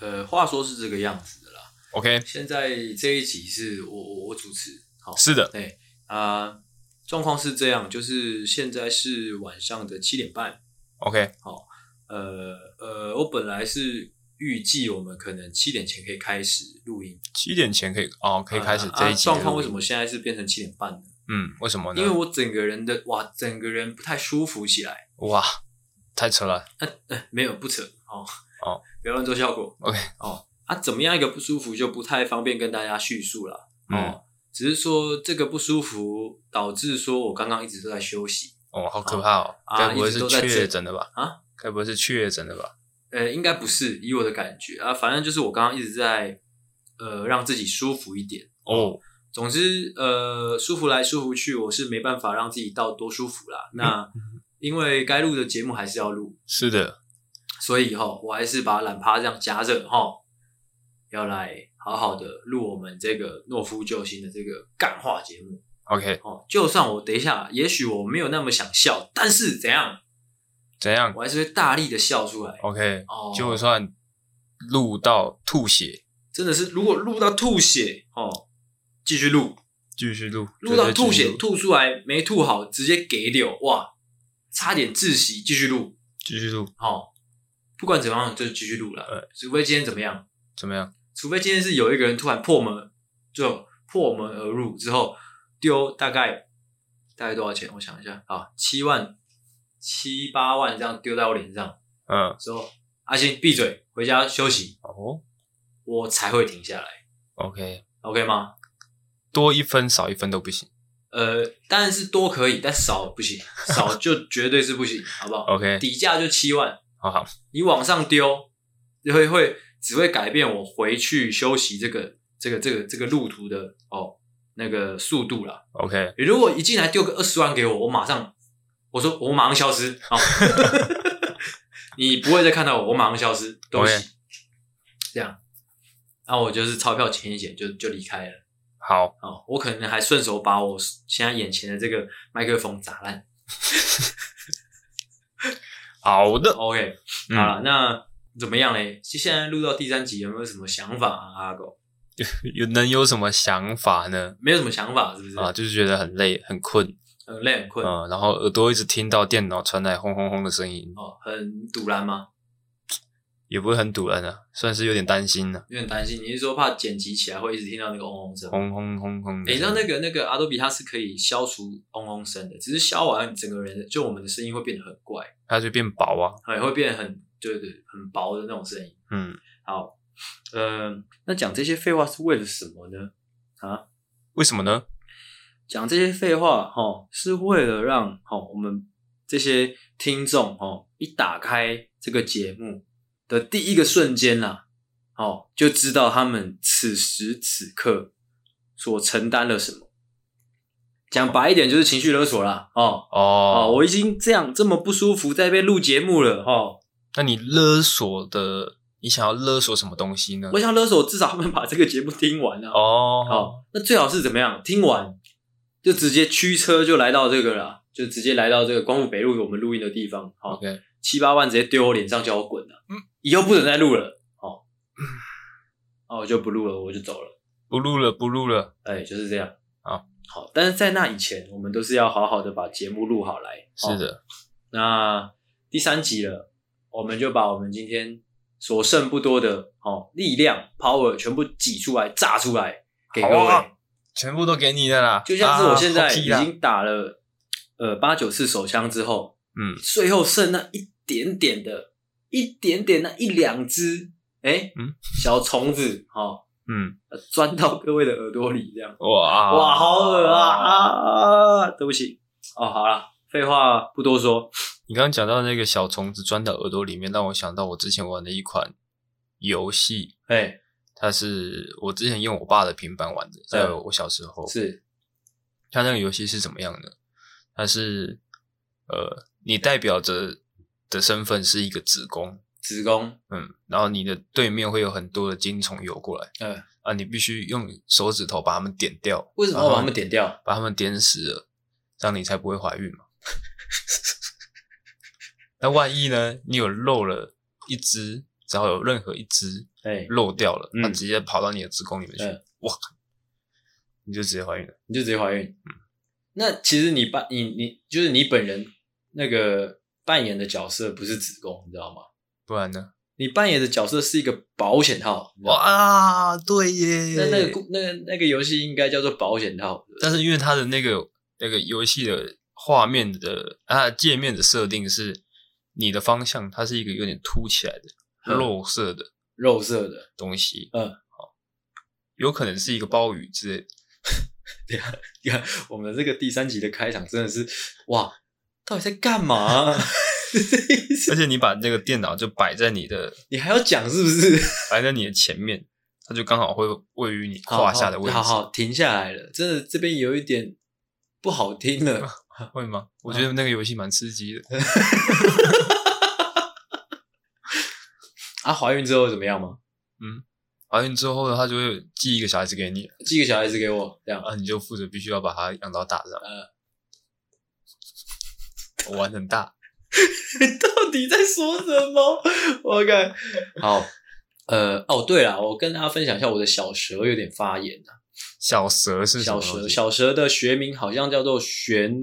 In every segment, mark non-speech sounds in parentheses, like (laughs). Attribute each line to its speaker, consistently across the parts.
Speaker 1: 呃，话说是这个样子的啦。
Speaker 2: OK，
Speaker 1: 现在这一集是我我我主持，好
Speaker 2: 是的，
Speaker 1: 啊，状、况是这样，就是现在是晚上的七点半，
Speaker 2: ，OK，
Speaker 1: 呃呃，我本来是预计我们可能七点前可以开始录音，
Speaker 2: 七点前可以哦，可以开始
Speaker 1: 啊
Speaker 2: 这
Speaker 1: 啊
Speaker 2: 一集的
Speaker 1: 状
Speaker 2: 录音。
Speaker 1: 况为什么现在是变成七点半呢？
Speaker 2: 嗯，为什么呢
Speaker 1: 因？为我整个人的哇，整个人不太舒服起来。
Speaker 2: 哇，太扯了。
Speaker 1: 呃没有不扯哦
Speaker 2: 哦，
Speaker 1: (laughs) 不要乱做效果。
Speaker 2: OK
Speaker 1: 哦啊，怎么样一个不舒服就不太方便跟大家叙述了哦，
Speaker 2: 嗯
Speaker 1: 只是说这个不舒服导致说我刚刚一直都在休息，
Speaker 2: 哦，好可怕哦！
Speaker 1: 啊
Speaker 2: 该不会
Speaker 1: 一直
Speaker 2: 是
Speaker 1: 都在
Speaker 2: 确诊的吧？
Speaker 1: 啊，
Speaker 2: 该不会是确诊的吧？
Speaker 1: 呃，应该不是以我的感觉啊，反正就是我刚刚一直在呃让自己舒服一点。
Speaker 2: 哦，
Speaker 1: 总之，呃，舒服来舒服去，我是没办法让自己到多舒服啦。那
Speaker 2: 嗯
Speaker 1: 因为该录的节目还是要录，
Speaker 2: 是的，
Speaker 1: 所以哈、我还是把懒趴这样夹着哈、要来好好的录我们这个懦夫救星的这个干话节目
Speaker 2: OK，
Speaker 1: 哦。就算我等一下，也许我没有那么想笑，但是怎样，
Speaker 2: 怎样
Speaker 1: 我还是会大力的笑出来
Speaker 2: ？OK，
Speaker 1: 哦。
Speaker 2: 就算录到吐血，
Speaker 1: 真的是，如果录到吐血哦，继续录，
Speaker 2: 继续录，
Speaker 1: 录到
Speaker 2: 绝对
Speaker 1: 吐
Speaker 2: 继续
Speaker 1: 血，
Speaker 2: 录，
Speaker 1: 吐出来没吐好，直接给柳，哇，差点窒息，继续录
Speaker 2: 继续录，
Speaker 1: 哦。不管怎么样，就继续录了
Speaker 2: 呃，
Speaker 1: 除非今天怎么样。
Speaker 2: 怎么样？
Speaker 1: 除非今天是有一个人突然破门，就破门而入之后丢大概大概多少钱？我想一下啊，七万七八万这样丢在我脸上
Speaker 2: 嗯，
Speaker 1: 之后，阿星闭嘴，回家休息，
Speaker 2: 哦
Speaker 1: 我才会停下来
Speaker 2: ，OK，
Speaker 1: ，OK 吗？
Speaker 2: 多一分少一分都不行。
Speaker 1: 呃，当然是多可以，但少不行，少就绝对是不行，好不好？
Speaker 2: OK，
Speaker 1: 底价就七万，
Speaker 2: 好好，
Speaker 1: 你往上丢，就会会只会改变我回去休息这个这个这个这个路途的哦那个速度啦。
Speaker 2: OK，
Speaker 1: 如果一进来丢个二十万给我，我马上我说我马上消失
Speaker 2: (laughs)
Speaker 1: 啊！你不会再看到我，我马上消失，对不起。
Speaker 2: OK
Speaker 1: 这样，然、后我就是钞票钱一捡就就离开了
Speaker 2: 好，
Speaker 1: 啊、哦！我可能还顺手把我现在眼前的这个麦克风砸烂。
Speaker 2: 好的，
Speaker 1: OK，
Speaker 2: 嗯
Speaker 1: 好了，那怎么样嘞？就现在录到第三集，有没有什么想法啊？阿狗，
Speaker 2: 有能有什么想法呢？
Speaker 1: 没有什么想法，是不是？
Speaker 2: 啊，就是觉得很累、很困，
Speaker 1: 很累很困、
Speaker 2: 嗯，然后耳朵一直听到电脑传来轰轰轰的声音，
Speaker 1: 哦，很堵然吗？
Speaker 2: 也不会很堵人啊，算是有点担心啊呢、
Speaker 1: 有点担心，你是说怕剪辑起来会一直听到那个嗡嗡声吗？
Speaker 2: 轰轰轰轰的。
Speaker 1: 你知道那个那个阿多比它是可以消除嗡嗡声的，只是消完你整个人的就我们的声音会变得很怪，
Speaker 2: 它就变薄啊，
Speaker 1: 也会变得很对对很薄的那种声音。
Speaker 2: 嗯，
Speaker 1: 好，呃，那讲这些废话是为了什么呢？啊
Speaker 2: 为什么呢？
Speaker 1: 讲这些废话哈、齁是为了让哈、齁我们这些听众哈、齁一打开这个节目的第一个瞬间啦、哦就知道他们此时此刻所承担了什么。讲白一点就是情绪勒索啦，哦，哦，
Speaker 2: 哦，
Speaker 1: 我已经这样这么不舒服，在被录节目了哦。
Speaker 2: 那你勒索的，你想要勒索什么东西呢？
Speaker 1: 我想勒索，至少他们把这个节目听完了、啊。
Speaker 2: 哦，
Speaker 1: 哦，那最好是怎么样？听完就直接驱车就来到这个了，就直接来到这个光复北路我们录音的地方。好、
Speaker 2: o k
Speaker 1: 七八万直接丢我脸上叫我滚了、
Speaker 2: 嗯
Speaker 1: 以后不准再录了。哦，
Speaker 2: (laughs)
Speaker 1: 哦，我就不录了，我就走了。
Speaker 2: 不录了，不录了，
Speaker 1: 哎，就是这样。
Speaker 2: 好，
Speaker 1: 好，但是在那以前，我们都是要好好的把节目录好来。哦
Speaker 2: 是的，
Speaker 1: 那第三集了，我们就把我们今天所剩不多的哦力量 power 全部挤出来炸出来给各位，
Speaker 2: 好啊全部都给你的啦，
Speaker 1: 就像是我
Speaker 2: 啊
Speaker 1: 现在
Speaker 2: 好
Speaker 1: 已
Speaker 2: 屁啦
Speaker 1: 经打了、呃八九次手枪之后，
Speaker 2: 嗯
Speaker 1: 最后剩那一点点的、一点点那一两只哎、
Speaker 2: 嗯
Speaker 1: 小虫子哦
Speaker 2: 嗯，
Speaker 1: 钻到各位的耳朵里这样。
Speaker 2: 哇
Speaker 1: 哇，好恶啊！啊，对不起，哦，好了，废话不多说，
Speaker 2: 你刚刚讲到那个小虫子钻到耳朵里面，让我想到我之前玩的一款游戏，
Speaker 1: 哎、
Speaker 2: 它是我之前用我爸的平板玩的，在
Speaker 1: 嗯
Speaker 2: 我小时候。
Speaker 1: 是
Speaker 2: 它那个游戏是怎么样的？它是呃，你代表着的身份是一个子宫，
Speaker 1: 子宫，
Speaker 2: 嗯，然后你的对面会有很多的金虫游过来
Speaker 1: 嗯、
Speaker 2: 啊，你必须用手指头把它们点掉，
Speaker 1: 为什么要把它们点掉？
Speaker 2: 把它们点死了，这样你才不会
Speaker 1: (laughs)
Speaker 2: 怀孕嘛。那万一呢，你有漏了一只只要有任何一只
Speaker 1: 哎，
Speaker 2: 漏掉了，
Speaker 1: 嗯
Speaker 2: 它直接跑到你的子宫里面去
Speaker 1: 嗯，
Speaker 2: 哇，你就直接怀孕了。
Speaker 1: 你就直接怀孕。
Speaker 2: 嗯
Speaker 1: 那其实你扮你你就是你本人那个扮演的角色不是子宫，你知道吗？
Speaker 2: 不然呢？
Speaker 1: 你扮演的角色是一个保险套，你知道吗
Speaker 2: 哇，对耶！
Speaker 1: 嗯那那个故那个那个游戏应该叫做保险套，
Speaker 2: 但是因为它的那个那个游戏的画面的啊界面的设定是你的方向，它是一个有点凸起来的
Speaker 1: 嗯
Speaker 2: 肉色的
Speaker 1: 肉色的。
Speaker 2: 东西。
Speaker 1: 嗯，
Speaker 2: 好，有可能是一个鲍鱼之类的。
Speaker 1: 你看我们的这个第三集的开场真的是哇，到底在干嘛、 (laughs)
Speaker 2: 而且你把那个电脑就摆在你的
Speaker 1: 你还要讲是不是？
Speaker 2: 摆在你的前面，它就刚好会位于你胯下的位置，
Speaker 1: 好好好停下来了，真的这边有一点不好听
Speaker 2: (laughs)
Speaker 1: 了。
Speaker 2: 会吗？我
Speaker 1: 嗯
Speaker 2: 觉得那个游戏蛮刺激的。
Speaker 1: 啊，怀孕之后怎么样吗？
Speaker 2: 怀孕之后呢，它就会寄一个小孩子给你，
Speaker 1: 寄个小孩子给我，这样
Speaker 2: 啊，你就负责必须要把它养到大，这样。
Speaker 1: 嗯
Speaker 2: 我玩很大，
Speaker 1: (laughs) 你到底在说什么？我看好，呃，哦，对了，我跟大家分享一下，我的小舌有点发炎啊。
Speaker 2: 小蛇是什
Speaker 1: 小
Speaker 2: 么
Speaker 1: 蛇，
Speaker 2: 东西
Speaker 1: 小蛇的学名好像叫做玄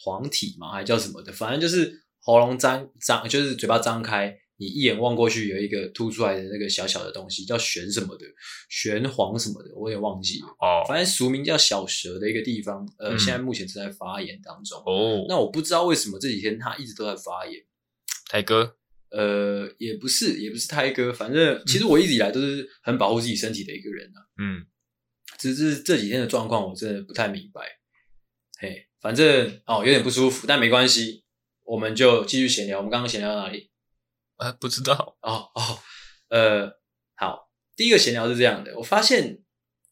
Speaker 1: 黄体嘛，还叫什么的，反正就是喉咙张张，就是嘴巴张开，你一眼望过去有一个凸出来的那个小小的东西，叫玄什么的，玄黄什么的，我也忘记了。
Speaker 2: 哦
Speaker 1: 反正俗名叫小蛇的一个地方，呃，
Speaker 2: 嗯
Speaker 1: 现在目前正在发炎当中。
Speaker 2: 哦，
Speaker 1: 那我不知道为什么这几天它一直都在发炎。
Speaker 2: 台哥，
Speaker 1: 呃，也不是，也不是胎哥，反正其实我一直以来都是很保护自己身体的一个人啊，
Speaker 2: 嗯，
Speaker 1: 只是这几天的状况我真的不太明白。嘿，反正哦有点不舒服，但没关系，我们就继续闲聊。我们刚刚闲聊到哪里？
Speaker 2: 啊，不知道，
Speaker 1: 哦哦，呃，好，第一个闲聊是这样的，我发现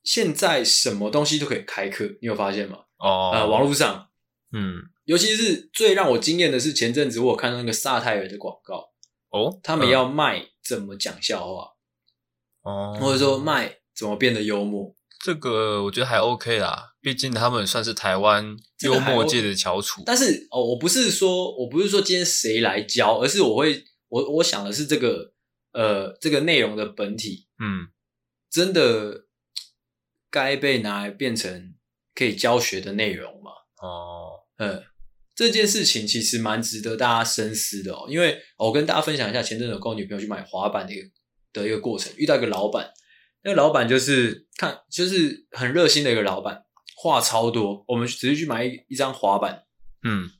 Speaker 1: 现在什么东西都可以开课，你有发现吗？
Speaker 2: 哦，
Speaker 1: 呃，网络上，
Speaker 2: 嗯，
Speaker 1: 尤其是最让我惊艳的是前阵子我有看到那个萨泰尔的广告，
Speaker 2: 哦，
Speaker 1: 他们
Speaker 2: 嗯，
Speaker 1: 要卖怎么讲笑话。
Speaker 2: 哦，
Speaker 1: 或者说卖怎么变得幽默，
Speaker 2: 这个，我觉得还 OK 啦，毕竟他们算是台湾
Speaker 1: 这
Speaker 2: 幽
Speaker 1: 个还
Speaker 2: 默
Speaker 1: OK
Speaker 2: 界的翘楚，
Speaker 1: 但是哦，我不是说我不是说今天谁来教，而是我会我我想的是这个呃这个内容的本体
Speaker 2: 嗯，
Speaker 1: 真的该被拿来变成可以教学的内容吗？
Speaker 2: 哦，
Speaker 1: 嗯，这件事情其实蛮值得大家深思的哦，因为、哦我跟大家分享一下，前阵子我跟我女朋友去买滑板的一个的一个过程，遇到一个老板，那个老板就是看就是很热心的一个老板，话超多，我们只是去买一一张滑板，
Speaker 2: 嗯，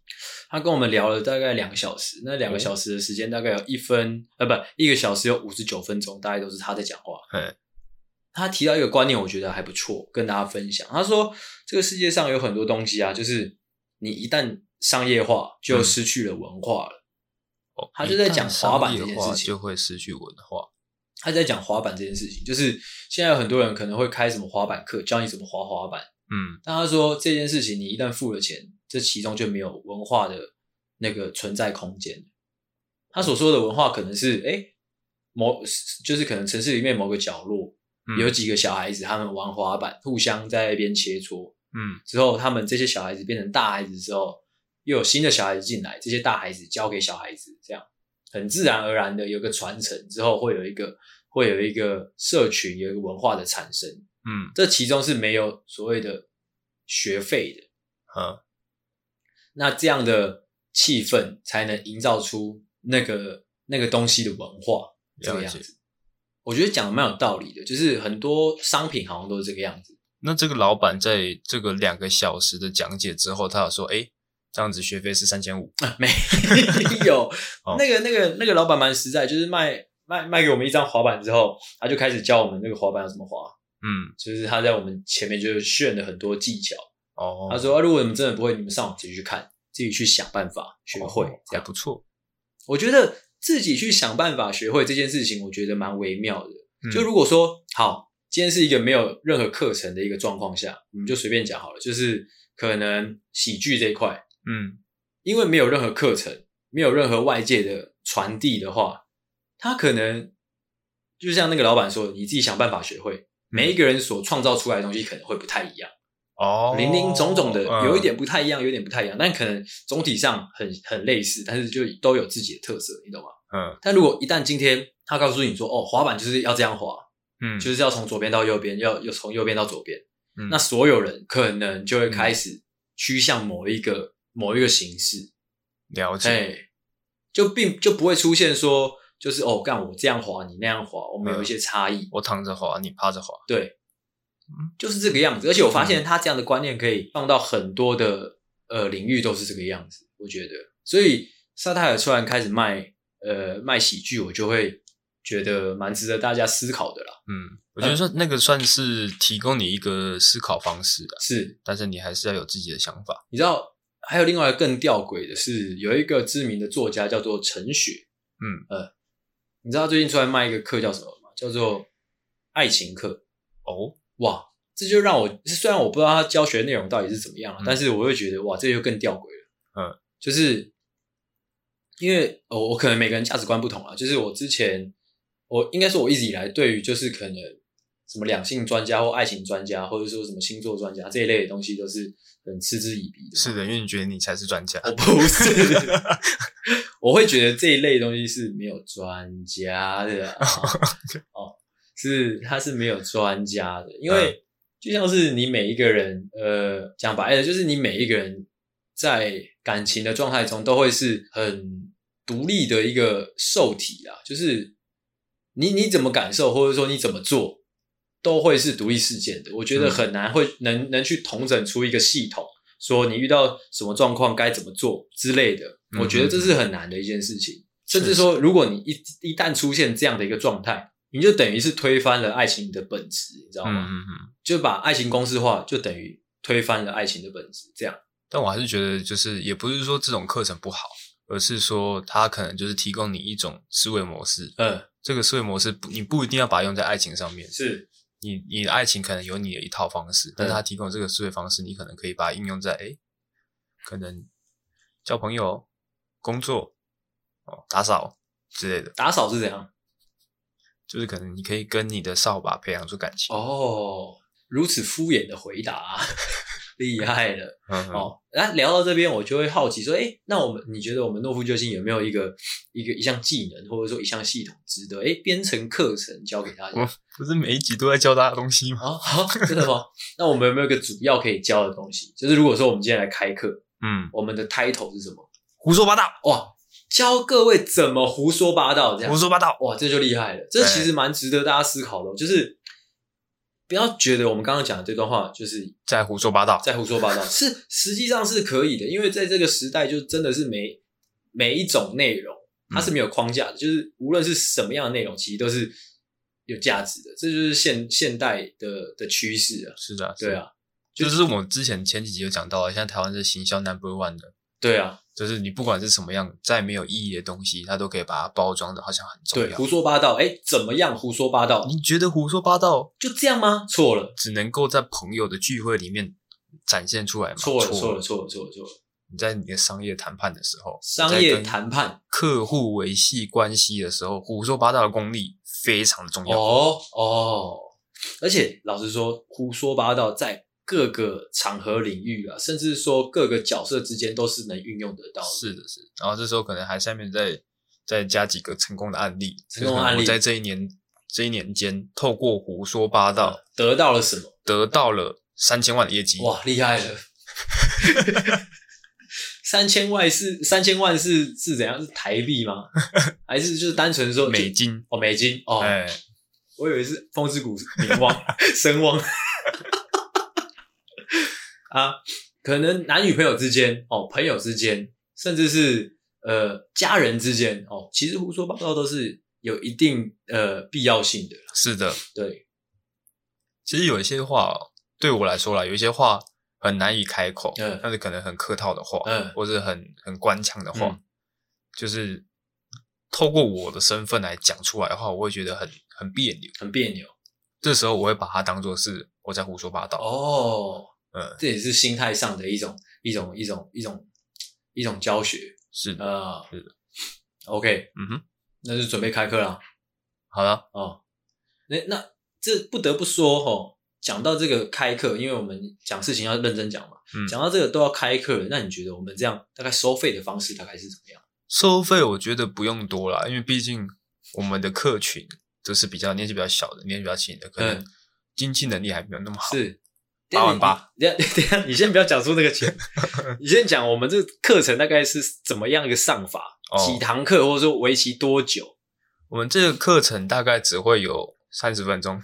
Speaker 1: 他跟我们聊了大概两个小时，那两个小时的时间大概有一分，呃，不，一个小时有五十九分钟，大概都是他在讲话
Speaker 2: 嘿。
Speaker 1: 他提到一个观念，我觉得还不错，跟大家分享。他说，这个世界上有很多东西啊，就是你一旦商业化，就失去了文化了。
Speaker 2: 哦
Speaker 1: 他就在讲
Speaker 2: 一旦商
Speaker 1: 滑板
Speaker 2: 业
Speaker 1: 这件
Speaker 2: 化
Speaker 1: 事情
Speaker 2: 就会失去文化，
Speaker 1: 他在讲滑板这件事情，就是现在有很多人可能会开什么滑板课，教你怎么滑滑板。
Speaker 2: 嗯，
Speaker 1: 但他说这件事情，你一旦付了钱，这其中就没有文化的那个存在空间。他所说的文化可能是，哎、某就是可能城市里面某个角落
Speaker 2: 嗯
Speaker 1: 有，几个小孩子，他们玩滑板，互相在那边切磋，
Speaker 2: 嗯，
Speaker 1: 之后他们这些小孩子变成大孩子之后，又有新的小孩子进来，这些大孩子交给小孩子，这样很自然而然的有一个传承，之后会有一个会有一个社群，有一个文化的产生。
Speaker 2: 嗯，
Speaker 1: 这其中是没有所谓的学费的。
Speaker 2: 嗯，
Speaker 1: 那这样的气氛才能营造出那个那个东西的文化这个
Speaker 2: 了
Speaker 1: 样
Speaker 2: 解。
Speaker 1: 子。我觉得讲的蛮有道理的，就是很多商品好像都是这个样
Speaker 2: (laughs)
Speaker 1: 子。
Speaker 2: 那这个老板在这个两个小时的讲解之后，他有说，诶，这样子学费是三千五，
Speaker 1: 没有
Speaker 2: 哦
Speaker 1: 那个那个那个老板蛮实在，就是卖卖卖给我们一张滑板之后，他就开始教我们那个滑板要怎么滑，
Speaker 2: 嗯，
Speaker 1: 就是他在我们前面就是炫了很多技巧。
Speaker 2: 哦，
Speaker 1: 他说、啊如果你们真的不会，你们上网自己去看，自己去想办法学
Speaker 2: 哦
Speaker 1: 会。这
Speaker 2: 还
Speaker 1: 样，
Speaker 2: 不错，
Speaker 1: 我觉得自己去想办法学会这件事情，我觉得蛮微妙的。
Speaker 2: 嗯
Speaker 1: 就如果说好，今天是一个没有任何课程的一个状况下，我们就随便讲好了，就是可能喜剧这一块，
Speaker 2: 嗯，
Speaker 1: 因为没有任何课程，没有任何外界的传递的话，他可能就像那个老板说，的，你自己想办法学
Speaker 2: 嗯
Speaker 1: 会。每一个人所创造出来的东西可能会不太一样，
Speaker 2: 哦，
Speaker 1: 林林总总的
Speaker 2: 嗯
Speaker 1: 有一点不太一样，有一点不太一样，但可能总体上很很类似，但是就都有自己的特色，你懂吗？
Speaker 2: 嗯
Speaker 1: 但如果一旦今天他告诉你说，哦，滑板就是要这样滑，
Speaker 2: 嗯，
Speaker 1: 就是要从左边到右边，要要从右边到左边。
Speaker 2: 嗯
Speaker 1: 那所有人可能就会开始趋向某一个某一个形式，
Speaker 2: 了解，
Speaker 1: 哎，就并就不会出现说，就是哦，干我这样滑，你那样滑，我们
Speaker 2: 嗯
Speaker 1: 有一些差异。
Speaker 2: 我躺着滑，你趴着滑，
Speaker 1: 对
Speaker 2: 嗯，
Speaker 1: 就是这个样子。而且我发现他这样的观念可以放到很多的呃领域都是这个样子，我觉得。所以沙泰尔突然开始卖呃卖喜剧，我就会觉得蛮值得大家思考的啦。
Speaker 2: 嗯，我觉得说那个算是提供你一个思考方式啊，
Speaker 1: 是，
Speaker 2: 但是你还是要有自己的想法，
Speaker 1: 你知道还有另外一个更吊诡的是，有一个知名的作家叫做陈雪，
Speaker 2: 嗯
Speaker 1: 呃，你知道他最近出来卖一个课叫什么吗？叫做爱情课。
Speaker 2: 哦，
Speaker 1: 哇，这就让我虽然我不知道他教学内容到底是怎么样啊、
Speaker 2: 嗯
Speaker 1: 但是我会觉得哇，这就更吊诡了。
Speaker 2: 嗯，
Speaker 1: 就是因为哦，我可能每个人价值观不同啊，就是我之前我应该说，我一直以来对于就是可能什么两性专家或爱情专家，或者说什么星座专家这一类的东西，都是很嗤之以鼻的。
Speaker 2: 是的，因为你觉得你才是专家，嗯
Speaker 1: 我不
Speaker 2: (laughs)
Speaker 1: 是，我会觉得这一类东西是没有专家的、
Speaker 2: (laughs)
Speaker 1: 啊，哦，是它是没有专家的，因
Speaker 2: 嗯
Speaker 1: 为就像是你每一个人，呃，讲白了就是你每一个人在感情的状态中都会是很独立的一个受体啦，就是你你怎么感受，或者说你怎么做。都会是独立事件的，我觉得
Speaker 2: 嗯
Speaker 1: 很难会能能去统整出一个系统，说你遇到什么状况该怎么做之类的，
Speaker 2: 嗯
Speaker 1: 我觉得这是很难的一件事情。
Speaker 2: 是
Speaker 1: 甚至说，如果你一一旦出现这样的一个状态，你就等于是推翻了爱情的本质，你知道
Speaker 2: 嗯
Speaker 1: 吗？
Speaker 2: 嗯嗯，
Speaker 1: 就把爱情公式化，就等于推翻了爱情的本质。这样
Speaker 2: 但我还是觉得就是也不是说这种课程不好，而是说它可能就是提供你一种思维模式，
Speaker 1: 嗯，
Speaker 2: 这个思维模式不你不一定要把它用在爱情上面，
Speaker 1: 是
Speaker 2: 你你的爱情可能有你的一套方式，但是他提供这个思维方式，你可能可以把它应用在诶，可能交朋友、工作、哦打扫之类的，
Speaker 1: 打扫是怎样？
Speaker 2: 就是可能你可以跟你的扫把培养出感情。
Speaker 1: 哦，如此敷衍的回答、 (laughs) 厉害了。
Speaker 2: 嗯哼，
Speaker 1: 哦，那聊到这边，我就会好奇说，哎，那我们你觉得我们诺夫救星有没有一个一个一项技能，或者说一项系统，值得哎编程课程教给大家？
Speaker 2: 我不是每一集都在教大家东西吗？
Speaker 1: 啊、好，真的吗？ (laughs) 那我们有没有一个主要可以教的东西？就是如果说我们今天来开课，
Speaker 2: 嗯，
Speaker 1: 我们的 title 是什么？
Speaker 2: 胡说八道，
Speaker 1: 哇，教各位怎么胡说八道这样
Speaker 2: 胡。说八道。
Speaker 1: 哇，这就厉害了，这其实蛮值得大家思考的哦，就是不要觉得我们刚刚讲的这段话就是
Speaker 2: 在胡说八道，
Speaker 1: 在胡说
Speaker 2: (laughs)
Speaker 1: 八道，是实际上是可以的，因为在这个时代，就真的是每每一种内容，
Speaker 2: 嗯
Speaker 1: 它是没有框架的，就是无论是什么样的内容，其实都是有价值的，这就是现现代的的趋势啊。
Speaker 2: 是的，是
Speaker 1: 对
Speaker 2: 的，
Speaker 1: 啊，
Speaker 2: 就是我之前前几集有讲到，现在台湾是行销 number one 的，
Speaker 1: 对啊，
Speaker 2: 就是你不管是什么样，再没有意义的东西，它都可以把它包装的好像很重
Speaker 1: 对，
Speaker 2: 要。
Speaker 1: 胡说八道，哎，怎么样？胡说八道
Speaker 2: 你觉得胡说八道
Speaker 1: 就这样吗？错了，
Speaker 2: 只能够在朋友的聚会里面展现出来嘛？
Speaker 1: 错了，错
Speaker 2: 错
Speaker 1: 了，错了，错了，错了。
Speaker 2: 你在你的商业谈判的时候，
Speaker 1: 商
Speaker 2: 你在
Speaker 1: 业
Speaker 2: 跟
Speaker 1: 谈判
Speaker 2: 客户维系关系的时候，胡说八道的功力非常的重要。
Speaker 1: 哦哦，而且老实说，胡说八道在各个场合、领域啊，甚至说各个角色之间都是能运用得到的。
Speaker 2: 是的，是的。然后这时候可能还下面再再加几个成功的案例，
Speaker 1: 成功的案例
Speaker 2: 就是可能我在这一年这一年间，透过胡说八道
Speaker 1: 得到了什么？
Speaker 2: 得到了三千万的业绩。
Speaker 1: 嗯哇，厉害了！三千万是三千万是是怎样？是台币吗？还是就是单纯说
Speaker 2: 美
Speaker 1: 就
Speaker 2: 金，
Speaker 1: 哦美金哦？
Speaker 2: 哎，
Speaker 1: 我以为是风之谷名望声望啊，可能男女朋友之间哦，朋友之间，甚至是呃家人之间哦，其实胡说八道都是有一定呃必要性的啦。
Speaker 2: 是的。
Speaker 1: 对，
Speaker 2: 其实有一些话对我来说啦，有一些话很难以开口，
Speaker 1: 嗯
Speaker 2: 但是可能很客套的话，
Speaker 1: 嗯
Speaker 2: 或者很很官腔的话，
Speaker 1: 嗯
Speaker 2: 就是透过我的身份来讲出来的话，我会觉得很很别扭。
Speaker 1: 很别扭
Speaker 2: 这时候我会把它当做是我在胡说八道。
Speaker 1: 哦，
Speaker 2: 嗯，
Speaker 1: 这也是心态上的一种一种一种一种一种教学
Speaker 2: 是的，
Speaker 1: 啊。
Speaker 2: 是的
Speaker 1: OK，
Speaker 2: 嗯哼，
Speaker 1: 那就准备开课啦。
Speaker 2: 好了，
Speaker 1: 哦，那那这不得不说哦，讲到这个开课，因为我们讲事情要认真讲嘛，
Speaker 2: 嗯
Speaker 1: 讲到这个都要开课了，那你觉得我们这样大概收费的方式大概是怎么样？
Speaker 2: 收费我觉得不用多啦，因为毕竟我们的客群就是比较年纪比较小的、年纪比较轻的，可能经济能力还没有那么好。
Speaker 1: 嗯是
Speaker 2: 八万八。
Speaker 1: 等一下等一下，你先不要讲出那个
Speaker 2: (laughs)
Speaker 1: 钱，你先讲我们这个课程大概是怎么样一个上法，
Speaker 2: 哦
Speaker 1: 几堂课或者说为期多久？
Speaker 2: 我们这个课程大概只会有三十分钟，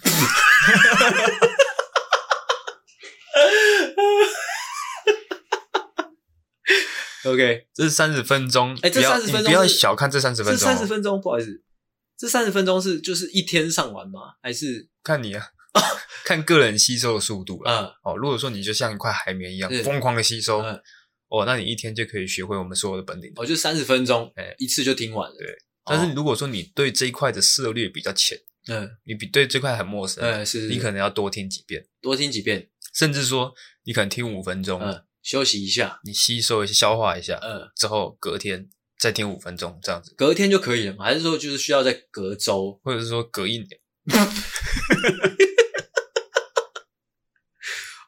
Speaker 1: OK，
Speaker 2: 这是三十分钟。
Speaker 1: 哎这
Speaker 2: 不要
Speaker 1: 30分钟
Speaker 2: 你不要
Speaker 1: 是
Speaker 2: 小看这三十分
Speaker 1: 这
Speaker 2: 钟哦，
Speaker 1: 三十分钟，不好意思，这三十分钟是就是一天上完吗？还是
Speaker 2: 看你啊，
Speaker 1: 哦
Speaker 2: 看个人吸收的速度了。
Speaker 1: 嗯
Speaker 2: 哦，如果说你就像一块海绵一样
Speaker 1: 是
Speaker 2: 疯狂的吸收，
Speaker 1: 嗯，哦
Speaker 2: 哦，那你一天就可以学会我们所有的本领。
Speaker 1: 我就三十分钟
Speaker 2: 哎，
Speaker 1: 一次就听完了。
Speaker 2: 对
Speaker 1: 哦，
Speaker 2: 但是如果说你对这一块的涉略比较浅，
Speaker 1: 嗯
Speaker 2: 你比对这块很陌生，
Speaker 1: 嗯是，是
Speaker 2: 你
Speaker 1: 是
Speaker 2: 可能要多听几遍，
Speaker 1: 多听几遍，
Speaker 2: 甚至说你可能听五分钟，
Speaker 1: 嗯，休息一下，
Speaker 2: 你吸收一下、消化一下，
Speaker 1: 嗯，
Speaker 2: 之后隔天再听五分钟这样子，
Speaker 1: 隔天就可以了嘛？还是说就是需要在隔周？
Speaker 2: 或者是说隔一年。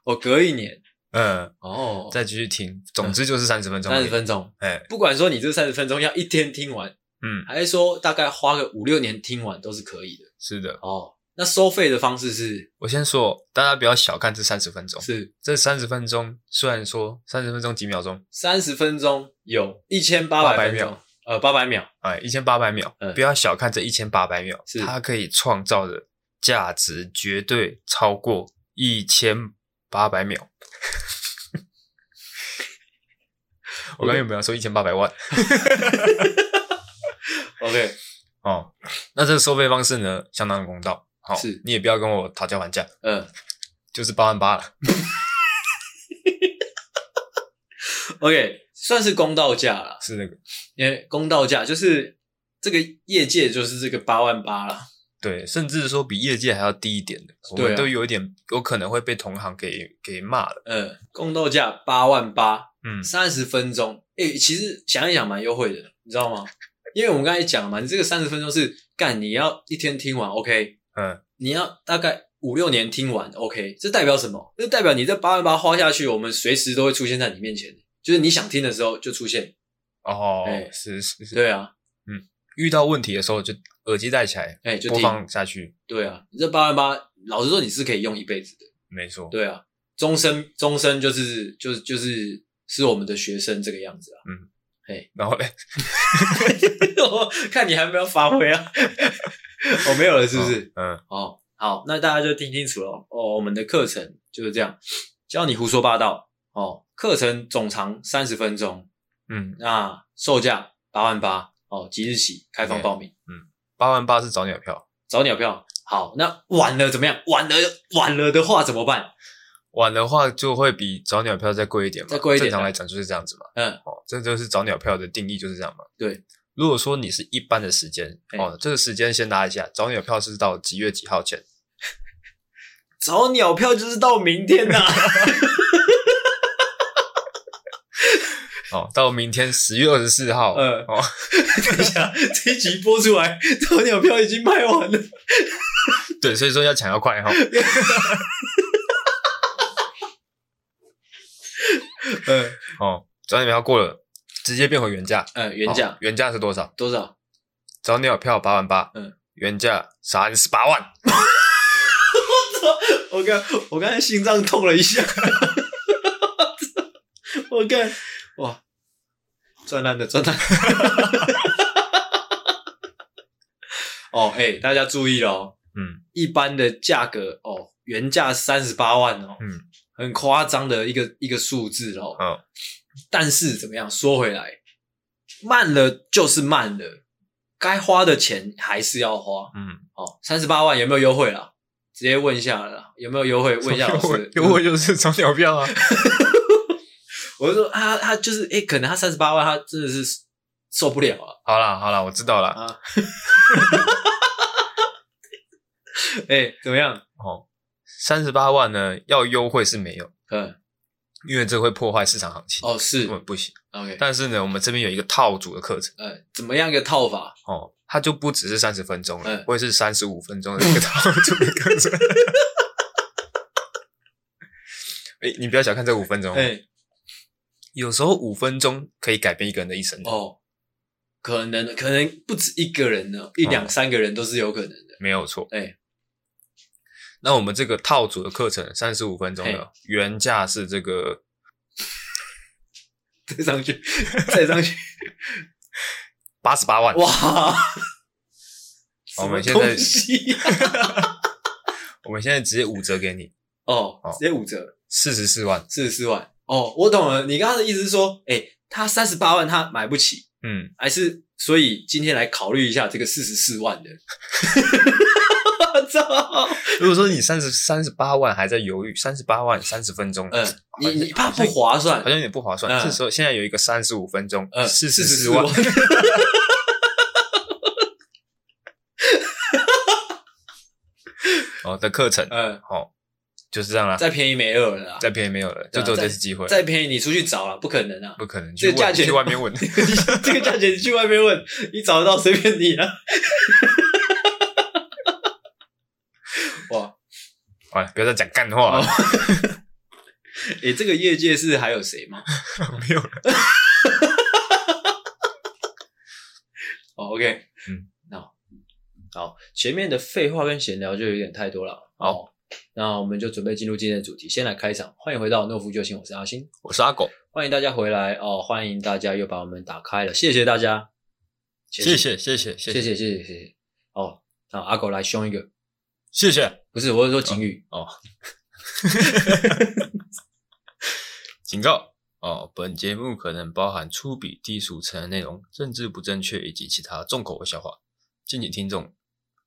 Speaker 1: 哦，隔一年
Speaker 2: 嗯，
Speaker 1: 哦，
Speaker 2: 再继续听，总之就是三十分钟。
Speaker 1: 三十，分钟，
Speaker 2: 哎，
Speaker 1: 不管说你这三十分钟要一天听完，
Speaker 2: 嗯，
Speaker 1: 还是说大概花个五六年听完都是可以的。
Speaker 2: 是的。
Speaker 1: 哦，那收费的方式是
Speaker 2: 我先说，大家不要小看这三十分钟，
Speaker 1: 是
Speaker 2: 这三十分钟虽然说三十分钟几秒钟，
Speaker 1: 三十分钟有一千八
Speaker 2: 800
Speaker 1: 百
Speaker 2: 秒，
Speaker 1: 呃，八百秒。
Speaker 2: 哎，一千八百秒，
Speaker 1: 嗯
Speaker 2: 不要小看这一千八百秒
Speaker 1: 是，
Speaker 2: 它可以创造的价值绝对超过一千八百秒。 (laughs) 我刚刚有没有说一千八百万？
Speaker 1: OK，
Speaker 2: 哦，那这个收费方式呢，相当公道。好、
Speaker 1: 是
Speaker 2: 你也不要跟我讨价还价，
Speaker 1: 嗯，
Speaker 2: 就是八万八了。
Speaker 1: OK，算是公道价啦，
Speaker 2: 是那个，
Speaker 1: 因为公道价就是这个业界就是这个八万八啦。
Speaker 2: 对，甚至说比业界还要低一点的，我
Speaker 1: 对
Speaker 2: 们
Speaker 1: 啊
Speaker 2: 都有一点有可能会被同行给给骂了。
Speaker 1: 嗯，公道价八万八，
Speaker 2: 嗯，
Speaker 1: 三十分钟，诶、其实想一想蛮优惠的，你知道吗？因为我们刚才讲了嘛，你这个三十分钟是干你要一天听完，OK，
Speaker 2: 嗯，
Speaker 1: 你要大概五六年听完，OK，这代表什么？这代表你这八万八花下去，我们随时都会出现在你面前，就是你想听的时候就出现。
Speaker 2: 哦，
Speaker 1: 哎
Speaker 2: 是是是，
Speaker 1: 对啊，
Speaker 2: 遇到问题的时候就耳机戴起来，
Speaker 1: 哎、就
Speaker 2: 播
Speaker 1: 听。
Speaker 2: 放下去，
Speaker 1: 对啊，你这八万八，老实说你是可以用一辈子的。
Speaker 2: 没错，
Speaker 1: 对啊，终身终身就是就是就是是我们的学生这个样子啊。 (laughs)
Speaker 2: 然后嘞，
Speaker 1: 我看你还没有发挥啊， (laughs) 我、没有了，是不是？
Speaker 2: 嗯，
Speaker 1: 哦，好，那大家就听清楚了哦。我们的课程就是这样，教你胡说八道哦。课程总长三十分钟，
Speaker 2: 嗯，
Speaker 1: 那售价八万八哦，即日起开放报名，
Speaker 2: 八万八是早鸟票，
Speaker 1: 早鸟票。好，那晚了怎么样？晚了晚了的话怎么办？
Speaker 2: 晚的话就会比早鸟票再贵一点嘛，
Speaker 1: 再贵一点啊
Speaker 2: 正常来讲就是这样子嘛，
Speaker 1: 嗯，
Speaker 2: 哦，这就是早鸟票的定义就是这样嘛。
Speaker 1: 对，
Speaker 2: 如果说你是一般的时间，
Speaker 1: 哎
Speaker 2: 哦，这个时间先拿一下，早鸟票是到几月几号前，
Speaker 1: 早鸟票就是到明天呐、
Speaker 2: 哦，到明天十月二十四号，
Speaker 1: 嗯
Speaker 2: 哦，
Speaker 1: (laughs) 等一下，这一集播出来，早鸟票已经卖完了。
Speaker 2: 对，所以说要抢要快哈、哦，
Speaker 1: 嗯
Speaker 2: 哦，早鸟票过了，直接变回原价，
Speaker 1: 嗯，原价、
Speaker 2: 哦原价是多少？
Speaker 1: 多少？
Speaker 2: 早鸟票八万八，
Speaker 1: 嗯，
Speaker 2: 原价三十八万，
Speaker 1: 我刚我刚才心脏痛了一下， (laughs) 我看哇，赚烂的赚烂的 (laughs) 哦，哎、大家注意哦，
Speaker 2: 嗯
Speaker 1: 一般的价格哦，原价三十八万哦，
Speaker 2: 嗯，
Speaker 1: 很夸张的一个一个数字哦。
Speaker 2: 哦，
Speaker 1: 但是怎么样？说回来，慢了就是慢了，该花的钱还是要花。
Speaker 2: 嗯，
Speaker 1: 哦，三十八万有没有优惠啦？直接问一下了啦，有没有优惠？问一下老
Speaker 2: (laughs)
Speaker 1: 师。嗯
Speaker 2: 优惠就是早鸟票啊，
Speaker 1: 我就说啊，他就是诶、可能他三十八万，他真的是受不了啊。
Speaker 2: 好啦好啦，我知道啦。
Speaker 1: 啊，诶、怎么样？
Speaker 2: 哦，三十八万呢，要优惠是没有，
Speaker 1: 嗯，
Speaker 2: 因为这会破坏市场行情，
Speaker 1: 哦，是
Speaker 2: 根本不行。
Speaker 1: ，OK，
Speaker 2: 但是呢，我们这边有一个套组的课程
Speaker 1: 呃，怎么样一个套法？
Speaker 2: 哦，它就不只是三十分钟了
Speaker 1: 嗯，
Speaker 2: 会是三十五分钟的一个套组的
Speaker 1: (laughs)
Speaker 2: 课程。哎、你不要小看这五分钟，
Speaker 1: 诶、
Speaker 2: 有时候五分钟可以改变一个人的一生。
Speaker 1: 哦，可能可能不止一个人呢，一
Speaker 2: 哦
Speaker 1: 两三个人都是有可能的。
Speaker 2: 没有错。 (laughs)
Speaker 1: 哎，
Speaker 2: 那我们这个套组的课程三十五分钟的，原价是这个
Speaker 1: 再上去，再上去，
Speaker 2: 八十八万。
Speaker 1: 哇！
Speaker 2: 好
Speaker 1: 什
Speaker 2: 我
Speaker 1: 么
Speaker 2: 们现在
Speaker 1: 东西啊
Speaker 2: 我们现在直接五折给你，
Speaker 1: 哦
Speaker 2: 好，
Speaker 1: 直接五折，
Speaker 2: 四十四万。
Speaker 1: 四十四万。哦，我懂了，你刚刚的意思是说，哎、他三十八万他买不起，
Speaker 2: 嗯，
Speaker 1: 还是所以今天来考虑一下这个四十四万的。 (laughs) 操！
Speaker 2: 如果说你三十三十八万还在犹豫，三十八万三十分钟，
Speaker 1: 嗯，你
Speaker 2: 好像
Speaker 1: 你怕不划算
Speaker 2: 好像有点不划算。
Speaker 1: 嗯
Speaker 2: 这时候现在有一个三十五分钟
Speaker 1: 嗯，
Speaker 2: 四十
Speaker 1: 44
Speaker 2: 四 (laughs) 万，哦的课程，
Speaker 1: 嗯，
Speaker 2: 哦，就是这样啦，
Speaker 1: 再便宜没有了啦，
Speaker 2: 再便宜没有了，
Speaker 1: 对啊
Speaker 2: 就只有
Speaker 1: 再
Speaker 2: 这次机会，
Speaker 1: 再便宜你出去找了，不可能啊！ (laughs)
Speaker 2: 不可能
Speaker 1: 这个
Speaker 2: 去
Speaker 1: 价
Speaker 2: 问
Speaker 1: 钱
Speaker 2: 去外 (laughs) 面问，
Speaker 1: 这个价钱你去外面问，你找得到随便你啊。 (laughs) 哇，
Speaker 2: 哎，不要再讲干话了，
Speaker 1: 诶、哎这个业界是还有谁吗？
Speaker 2: (laughs) 没有了，
Speaker 1: 哦，OK，
Speaker 2: 嗯，
Speaker 1: 那好好，前面的废话跟闲聊就有点太多了。好，那我们就准备进入今天的主题，先来开场。欢迎回到诺夫救星，我是阿星，
Speaker 2: 我是阿狗，
Speaker 1: 欢迎大家回来哦，欢迎大家又把我们打开了，谢谢大家，
Speaker 2: 谢谢谢谢谢
Speaker 1: 谢谢谢谢谢谢。哦，那阿狗来凶一个，
Speaker 2: 谢谢，
Speaker 1: 不是，我是说警语哦
Speaker 2: 警告。哦，本节目可能包含粗鄙、低俗、成人内容、政治不正确以及其他重口味笑话，敬请听众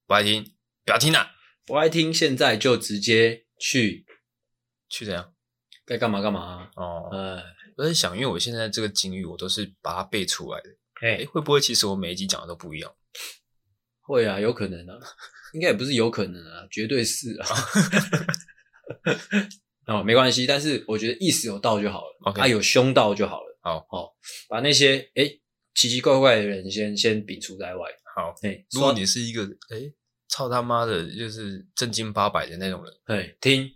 Speaker 2: 不爱听不要听啦、啊
Speaker 1: 不爱听，现在就直接去
Speaker 2: 去怎样？
Speaker 1: 该干嘛干嘛、
Speaker 2: 哦，
Speaker 1: 呃，
Speaker 2: 我在想，因为我现在这个警语我都是把它背出来的，
Speaker 1: 哎、
Speaker 2: 诶，会不会其实我每一集讲的都不一样？
Speaker 1: 会啊，有可能啊，应该也不是有可能啊，绝对是啊。哦，没关系，但是我觉得意思有到就好了
Speaker 2: OK
Speaker 1: 啊，有凶到就好了。
Speaker 2: 好，
Speaker 1: 好、把那些哎、奇奇怪怪的人先先摒除在外。
Speaker 2: 好，
Speaker 1: 哎、
Speaker 2: 如果你是一个诶，操他妈的，就是正经八百的那种人，
Speaker 1: 哎、听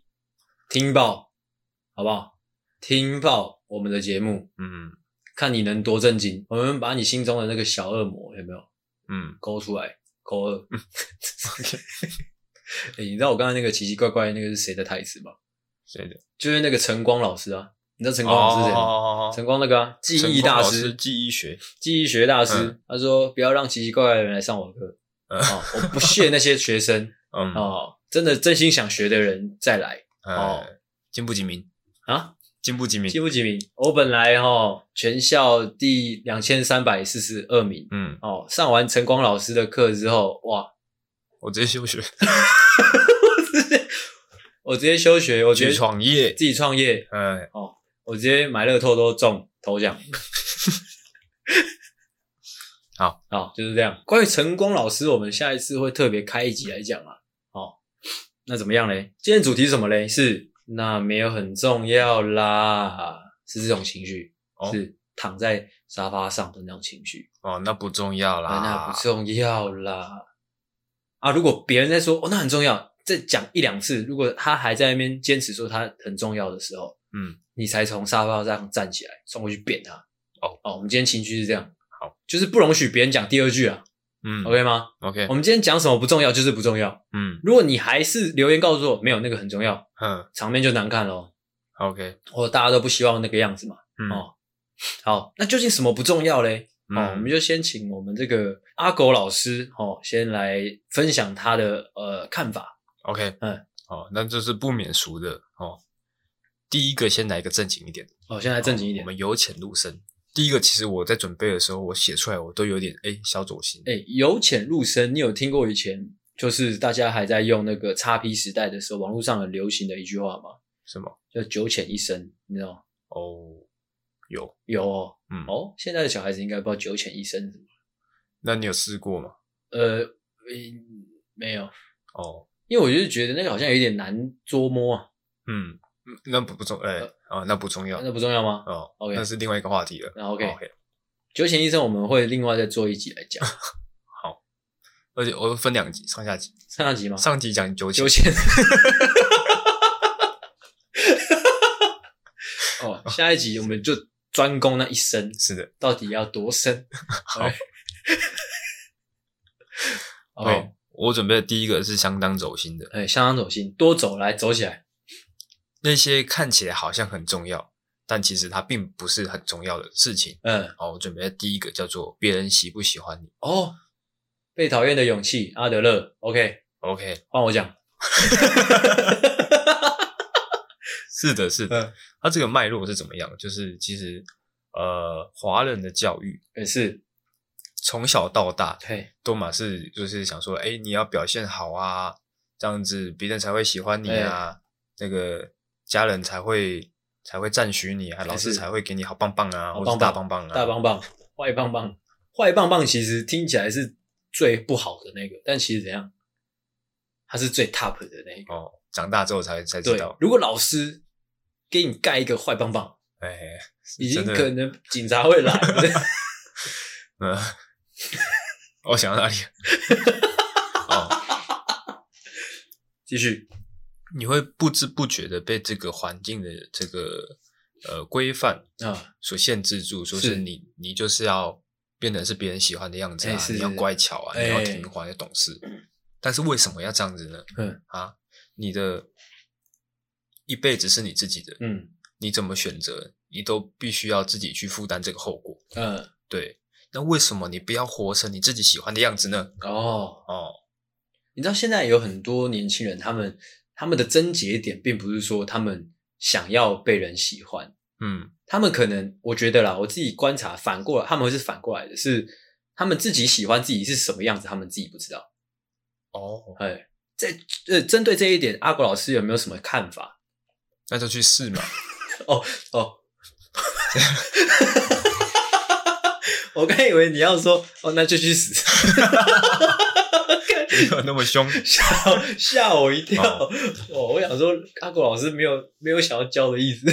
Speaker 1: 听爆，好不好？听爆我们的节目，
Speaker 2: 嗯
Speaker 1: 看你能多震惊。我们把你心中的那个小恶魔有没有？
Speaker 2: 嗯，
Speaker 1: 勾出来，勾二。 (laughs) 欸你知道我刚才那个奇奇怪怪的那个是谁的台词吗？
Speaker 2: 谁的？
Speaker 1: 就是那个晨光老师啊，你知道晨光老师是谁吗？
Speaker 2: 哦
Speaker 1: 晨光那个啊，记忆大
Speaker 2: 陈光老
Speaker 1: 师，
Speaker 2: 记忆学，
Speaker 1: 记忆学大师，
Speaker 2: 嗯
Speaker 1: 他说不要让奇奇怪怪的人来上我的课。
Speaker 2: 嗯
Speaker 1: 哦，我不屑那些学生
Speaker 2: (laughs) 嗯，
Speaker 1: 哦，真的真心想学的人再来
Speaker 2: 哦，进步几名，
Speaker 1: 啊！
Speaker 2: 进步几名
Speaker 1: 记，不几名？我本来哈、哦、全校第两千三百四十二名
Speaker 2: 嗯，
Speaker 1: 哦，上完晨光老师的课之后，哇，
Speaker 2: 我直接休学，
Speaker 1: 我直接休学，我直接
Speaker 2: 去创业
Speaker 1: 自己创业，
Speaker 2: 哎，
Speaker 1: 我直接买乐透都中头奖。
Speaker 2: (laughs) 好，
Speaker 1: 好，就是这样。关于晨光老师，我们下一次会特别开一集来讲啊。哦，那怎么样嘞？今天主题是什么嘞？是那没有很重要啦，是这种情绪，
Speaker 2: 哦
Speaker 1: 是躺在沙发上的那种情绪。
Speaker 2: 哦，那不重要
Speaker 1: 啊，那
Speaker 2: 啦
Speaker 1: 不，重要啦。啊，如果别人在说哦，那很重要，再讲一两次，如果他还在那边坚持说他很重要的时候，
Speaker 2: 嗯，
Speaker 1: 你才从沙发上站起来，冲过去扁他。
Speaker 2: 哦
Speaker 1: 哦，我们今天情绪是这样，
Speaker 2: 好，
Speaker 1: 就是不容许别人讲第二句啊、
Speaker 2: 嗯
Speaker 1: o k 吗？
Speaker 2: ，OK，
Speaker 1: 我们今天讲什么不重要，就是不重要。
Speaker 2: 嗯
Speaker 1: 如果你还是留言告诉我没有那个很重要，
Speaker 2: 嗯
Speaker 1: 场面就难看咯，
Speaker 2: ，OK，
Speaker 1: 或者大家都不希望那个样子嘛。
Speaker 2: 嗯，
Speaker 1: 哦好，那究竟什么不重要嘞？哦，我
Speaker 2: 嗯
Speaker 1: 们就先请我们这个阿狗老师哦，先来分享他的呃看法。
Speaker 2: OK，
Speaker 1: 嗯，
Speaker 2: 哦，那这是不免俗的哦。第一个先来一个正经一点，
Speaker 1: 哦，先来正经一点
Speaker 2: 我。们由浅入深。第一个，其实我在准备的时候，我写出来我都有点哎小走心。
Speaker 1: 哎、由浅入深，你有听过以前就是大家还在用那个叉 P 时代的时候，网络上很流行的一句话吗？
Speaker 2: 什么？
Speaker 1: 叫“九浅一深”，你知道吗？
Speaker 2: 哦，有，
Speaker 1: 有哦，
Speaker 2: 嗯，
Speaker 1: 哦，现在的小孩子应该不知道“九浅一深”什么。
Speaker 2: 那你有试过吗？
Speaker 1: 呃，嗯没有，
Speaker 2: 哦，
Speaker 1: 因为我就是觉得那个好像有点难捉摸啊，
Speaker 2: 嗯，嗯那不不重，哎、
Speaker 1: 呃
Speaker 2: 哦，那不重要，
Speaker 1: 那不重要吗？
Speaker 2: 哦
Speaker 1: OK
Speaker 2: 那是另外一个话题了。
Speaker 1: 那 OK
Speaker 2: 哦
Speaker 1: 九浅一深我们会另外再做一集来讲，
Speaker 2: 而且我分两集，上下集。
Speaker 1: 上集吗？
Speaker 2: 上集讲九
Speaker 1: 九
Speaker 2: 九，
Speaker 1: 千。 (laughs) 哦，下一集我们就专攻那一深，
Speaker 2: 是的，
Speaker 1: 到底要多深？
Speaker 2: 好
Speaker 1: OK
Speaker 2: OK，、我准备的第一个是相当走心的，
Speaker 1: 哎、相当走心，多走来走起来。
Speaker 2: 那些看起来好像很重要，但其实它并不是很重要的事情。
Speaker 1: 嗯，
Speaker 2: 哦，我准备的第一个叫做别人喜不喜欢你。
Speaker 1: 哦，被讨厌的勇气，阿德勒。OK，
Speaker 2: OK，
Speaker 1: 换我讲。
Speaker 2: 是的，是的，
Speaker 1: 嗯，
Speaker 2: 它这个脉络是怎么样？就是其实呃，华人的教育
Speaker 1: 也是。
Speaker 2: 从小到大
Speaker 1: 嘿，
Speaker 2: 都嘛是就是想说，哎，你要表现好啊，这样子别人才会喜欢你啊，那个家人才会才会赞许你啊，老师
Speaker 1: 是
Speaker 2: 才会给你好棒棒啊，
Speaker 1: 好
Speaker 2: 或者
Speaker 1: 棒棒
Speaker 2: 是大棒棒啊，
Speaker 1: 大棒棒，坏棒棒，坏棒棒其实听起来是最不好的那个，但其实怎样，它是最 top 的那一个。
Speaker 2: 哦，长大之后才才知
Speaker 1: 对
Speaker 2: 道，，
Speaker 1: 如果老师给你盖一个坏棒棒，
Speaker 2: 哎，
Speaker 1: 已经
Speaker 2: 真的
Speaker 1: 可能警察会来了。
Speaker 2: (laughs) 嗯，我想到哪里？ (laughs) 哦，
Speaker 1: 继续，
Speaker 2: 你会不知不觉的被这个环境的这个呃规范
Speaker 1: 啊，
Speaker 2: 所限制住，说
Speaker 1: 是
Speaker 2: 是你你就是要变成是别人喜欢的样子
Speaker 1: 哎
Speaker 2: 啊，
Speaker 1: 是
Speaker 2: 你要乖巧啊，
Speaker 1: 哎
Speaker 2: 你要听话，要懂事。但是为什么要这样子呢？
Speaker 1: 嗯
Speaker 2: 啊，你的一辈子是你自己的，
Speaker 1: 嗯
Speaker 2: 你怎么选择，你都必须要自己去负担这个后果。
Speaker 1: 嗯，
Speaker 2: 对，那为什么你不要活成你自己喜欢的样子呢？
Speaker 1: 哦，
Speaker 2: 哦，
Speaker 1: 你知道现在有很多年轻人，他们他们的症结点并不是说他们想要被人喜欢，
Speaker 2: 嗯，
Speaker 1: 他们可能我觉得啦，我自己观察反过来，他们会是反过来的，是他们自己喜欢自己是什么样子，他们自己不知道。
Speaker 2: 哦，
Speaker 1: 哎，在呃，针对这一点，阿国老师有没有什么看法？
Speaker 2: 那就去试嘛。
Speaker 1: 哦。 (laughs) 我刚以为你要说哦，那就去死， (laughs)
Speaker 2: 没有那么凶。
Speaker 1: 吓吓我一跳！哦，我想说阿国老师没有没有想要教的意思。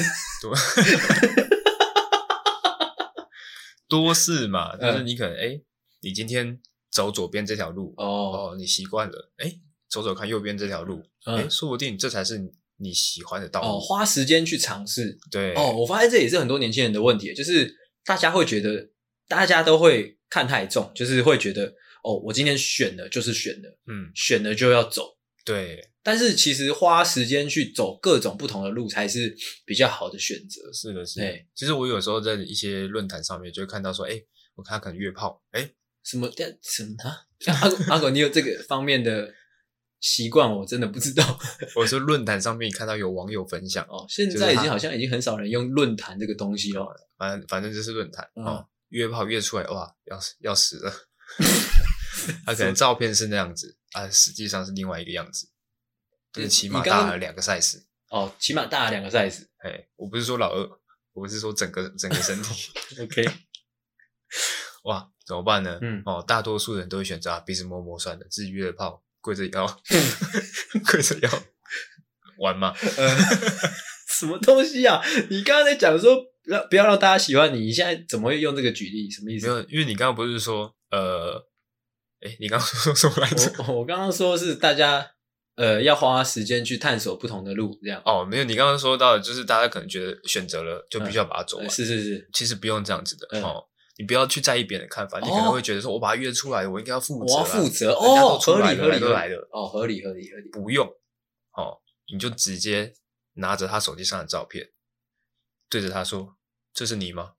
Speaker 2: 多试嘛，就是
Speaker 1: 嗯
Speaker 2: 你可能哎、诶你今天走左边这条路，
Speaker 1: 哦，
Speaker 2: 哦，你习惯了，哎、走走看右边这条路，哎、
Speaker 1: 嗯，
Speaker 2: 说不定这才是你你喜欢的道路。
Speaker 1: 哦，花时间去尝试。
Speaker 2: 对，
Speaker 1: 哦，我发现这也是很多年轻人的问题，就是大家会觉得，大家都会看太重，就是会觉得，哦，我今天选了就是选了，
Speaker 2: 嗯，
Speaker 1: 选了就要走。
Speaker 2: 对，
Speaker 1: 但是其实花时间去走各种不同的路才是比较好的选择。哎
Speaker 2: 是的，是的
Speaker 1: 对。
Speaker 2: 其实我有时候在一些论坛上面就会看到说，哎、我看他可能约炮，哎、
Speaker 1: 什么？但什么啊？阿狗阿狗，你有这个方面的习惯，我真的不知道。
Speaker 2: 我说论坛上面看到有网友分享，
Speaker 1: 哦，现在已经好像已经很少人用论坛这个东西了。
Speaker 2: 反正反正就是论坛、
Speaker 1: 嗯
Speaker 2: 哦，约炮约出来，哇，要死要死
Speaker 1: (laughs)
Speaker 2: 了。他可能照片是那样子啊，实际上是另外一个样子，就是
Speaker 1: 你
Speaker 2: 起码
Speaker 1: 你刚刚
Speaker 2: 大了两个 size。
Speaker 1: 哦，起码大了两个 size。
Speaker 2: 哎，我不是说老二，我是说整个整个身体。
Speaker 1: OK，
Speaker 2: 哇，怎么办呢？
Speaker 1: 嗯
Speaker 2: 哦，大多数人都会选择啊，鼻子摸摸算了，自己约了炮，跪着腰，
Speaker 1: 嗯
Speaker 2: (laughs) 跪着腰玩嘛。
Speaker 1: 什么东西啊？ (laughs) 你刚刚在讲说让不要让大家喜欢你，你现在怎么会用这个举例？什么意
Speaker 2: 没
Speaker 1: 思？
Speaker 2: 有，因为你刚刚不是说呃，哎，你刚刚说什么来着？
Speaker 1: 我我刚刚说是大家呃要花时间去探索不同的路，这样。
Speaker 2: 哦，没有，你刚刚说到的就是大家可能觉得选择了就必须要把它走完，
Speaker 1: 呃是是是，
Speaker 2: 其实不用这样子的、
Speaker 1: 嗯哦
Speaker 2: 哦。你不要去在意别人的看法，你可能会觉得说，我把他约出来，我应该要负
Speaker 1: 我
Speaker 2: 责、啊，
Speaker 1: 要负责
Speaker 2: 人家都
Speaker 1: 哦，
Speaker 2: 出
Speaker 1: 合
Speaker 2: 来
Speaker 1: 理
Speaker 2: 了
Speaker 1: 合理
Speaker 2: 都来
Speaker 1: 合理
Speaker 2: 了
Speaker 1: 哦，合理合理合理。
Speaker 2: 不用哦，你就直接拿着他手机上的照片，对着他说：“这是你吗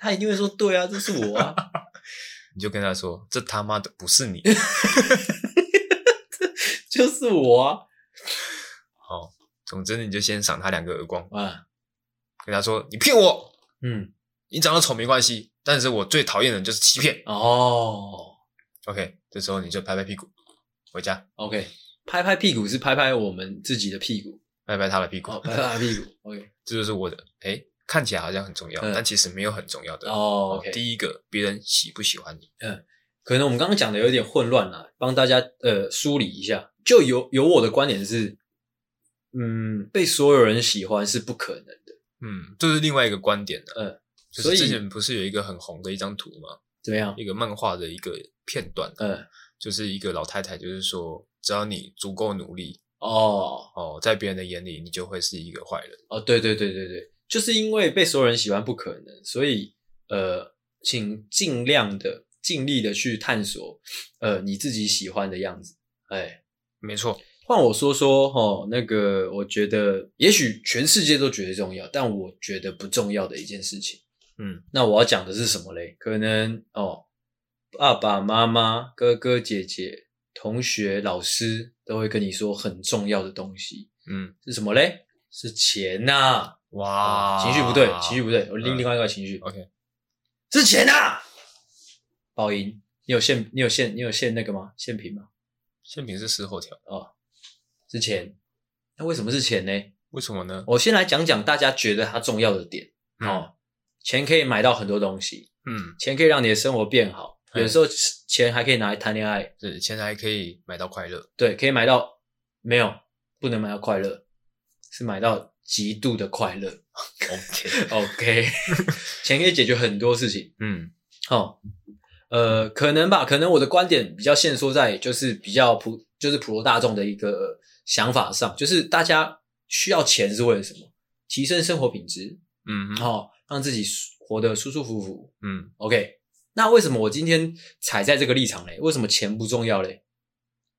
Speaker 1: 他一定会说对啊，这是我啊，？”
Speaker 2: (laughs) 你就跟他说：“这他妈的不是你。
Speaker 1: 就是我啊。”
Speaker 2: 哦，总之你就先赏他两个耳光，
Speaker 1: 啊，
Speaker 2: 跟他说：“你骗我，
Speaker 1: 嗯，
Speaker 2: 你长得丑没关系，但是我最讨厌的人就是欺骗。
Speaker 1: 哦
Speaker 2: ”OK，这时候你就拍拍屁股回家，
Speaker 1: ，OK，拍拍屁股是拍拍我们自己的屁股，
Speaker 2: 拍拍他的屁股，
Speaker 1: 哦，拍拍他的屁股，OK，
Speaker 2: 这就是我的。哎，看起来好像很重要，
Speaker 1: 嗯
Speaker 2: 但其实没有很重要的。
Speaker 1: 哦，OK，
Speaker 2: 第一个，别人喜不喜欢你？
Speaker 1: 可能我们刚刚讲的有点混乱啦，帮大家呃梳理一下。就有有我的观点是，嗯，被所有人喜欢是不可能的。
Speaker 2: 嗯，这是另外一个观点了、
Speaker 1: 嗯
Speaker 2: 就
Speaker 1: 所
Speaker 2: 是
Speaker 1: 以
Speaker 2: 之前不是有一个很红的一张图吗？
Speaker 1: 怎么样？
Speaker 2: 一个漫画的一个片段，
Speaker 1: 嗯，
Speaker 2: 就是一个老太太，就是说，只要你足够努力，
Speaker 1: 哦
Speaker 2: 哦，在别人的眼里，你就会是一个坏人。
Speaker 1: 哦，对对对对对，就是因为被所有人喜欢不可能，所以呃，请尽量的、尽力的去探索，呃，你自己喜欢的样子。哎，
Speaker 2: 没错，
Speaker 1: 换我说说哦，那个我觉得，也许全世界都觉得重要，但我觉得不重要的一件事情。
Speaker 2: 嗯，
Speaker 1: 那我要讲的是什么嘞？可能哦，爸爸妈妈、哥哥姐姐、同学、老师都会跟你说很重要的东西
Speaker 2: 嗯，
Speaker 1: 是什么嘞？是钱呐、
Speaker 2: 哇，
Speaker 1: 情绪不对，情绪不对，我另
Speaker 2: 啊嗯
Speaker 1: 另外一个情绪、
Speaker 2: OK，
Speaker 1: 是钱呐、爆音，你有限，你有限，你有限那个吗？限频吗？
Speaker 2: 现品是事后调，
Speaker 1: 是钱。那为什么是钱呢？
Speaker 2: 为什么呢？
Speaker 1: 我先来讲讲大家觉得它重要的点
Speaker 2: 嗯
Speaker 1: 哦。钱可以买到很多东西，
Speaker 2: 嗯，
Speaker 1: 钱可以让你的生活变好，
Speaker 2: 嗯
Speaker 1: 有时候钱还可以拿来谈恋爱，
Speaker 2: 是钱还可以买到快乐，
Speaker 1: 对，可以买到没有，不能买到快乐，是买到极度的快乐。 (laughs)
Speaker 2: OK，
Speaker 1: OK，钱可以解决很多事情。
Speaker 2: 嗯
Speaker 1: 哦，呃，可能吧，可能我的观点比较限缩在就是比较普，就是普罗大众的一个想法上，就是大家需要钱是为了什么？提升生活品质，
Speaker 2: 嗯哼
Speaker 1: 哦，让自己舒活得舒舒服服。
Speaker 2: 嗯，
Speaker 1: OK，那为什么我今天踩在这个立场嘞？为什么钱不重要嘞？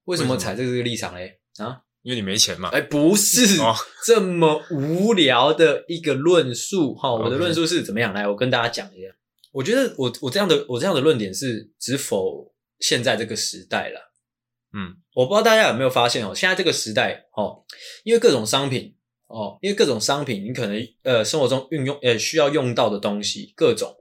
Speaker 1: 为什么
Speaker 2: 为什么
Speaker 1: 踩在这个立场嘞？啊？
Speaker 2: 因为你没钱嘛，
Speaker 1: 哎，不 (laughs) 是
Speaker 2: 哦
Speaker 1: 这么无聊的一个论述哈。我的
Speaker 2: OK
Speaker 1: 论述是怎么样？来，我跟大家讲一下。我觉得我我这样的我这样的论点是只否现在这个时代了。
Speaker 2: 嗯，
Speaker 1: 我不知道大家有没有发现哦，现在这个时代哦，因为各种商品哦，因为各种商品，你可能呃生活中运用呃需要用到的东西，各种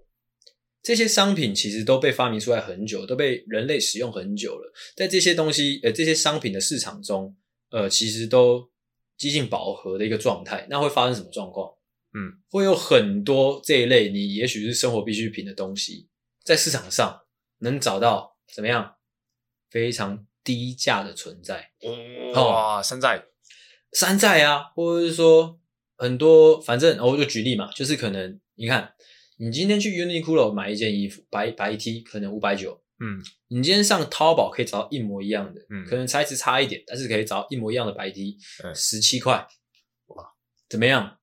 Speaker 1: 这些商品其实都被发明出来很久，都被人类使用很久了。在这些东西呃这些商品的市场中，呃其实都接近饱和的一个状态，那会发生什么状况？
Speaker 2: 嗯，
Speaker 1: 会有很多这一类你也许是生活必需品的东西，在市场上能找到怎么样非常低价的存在。哦
Speaker 2: 哇，山寨，
Speaker 1: 山寨啊，或者是说很多，反正、哦、我就举例嘛，就是可能你看，你今天去 Uniqlo 买一件衣服，白白 T 可能五百九，
Speaker 2: 嗯
Speaker 1: 你今天上淘宝可以找到一模一样的，
Speaker 2: 嗯
Speaker 1: 可能材质差一点，但是可以找到一模一样的白 T，
Speaker 2: 嗯
Speaker 1: 十七块，哇，怎么样？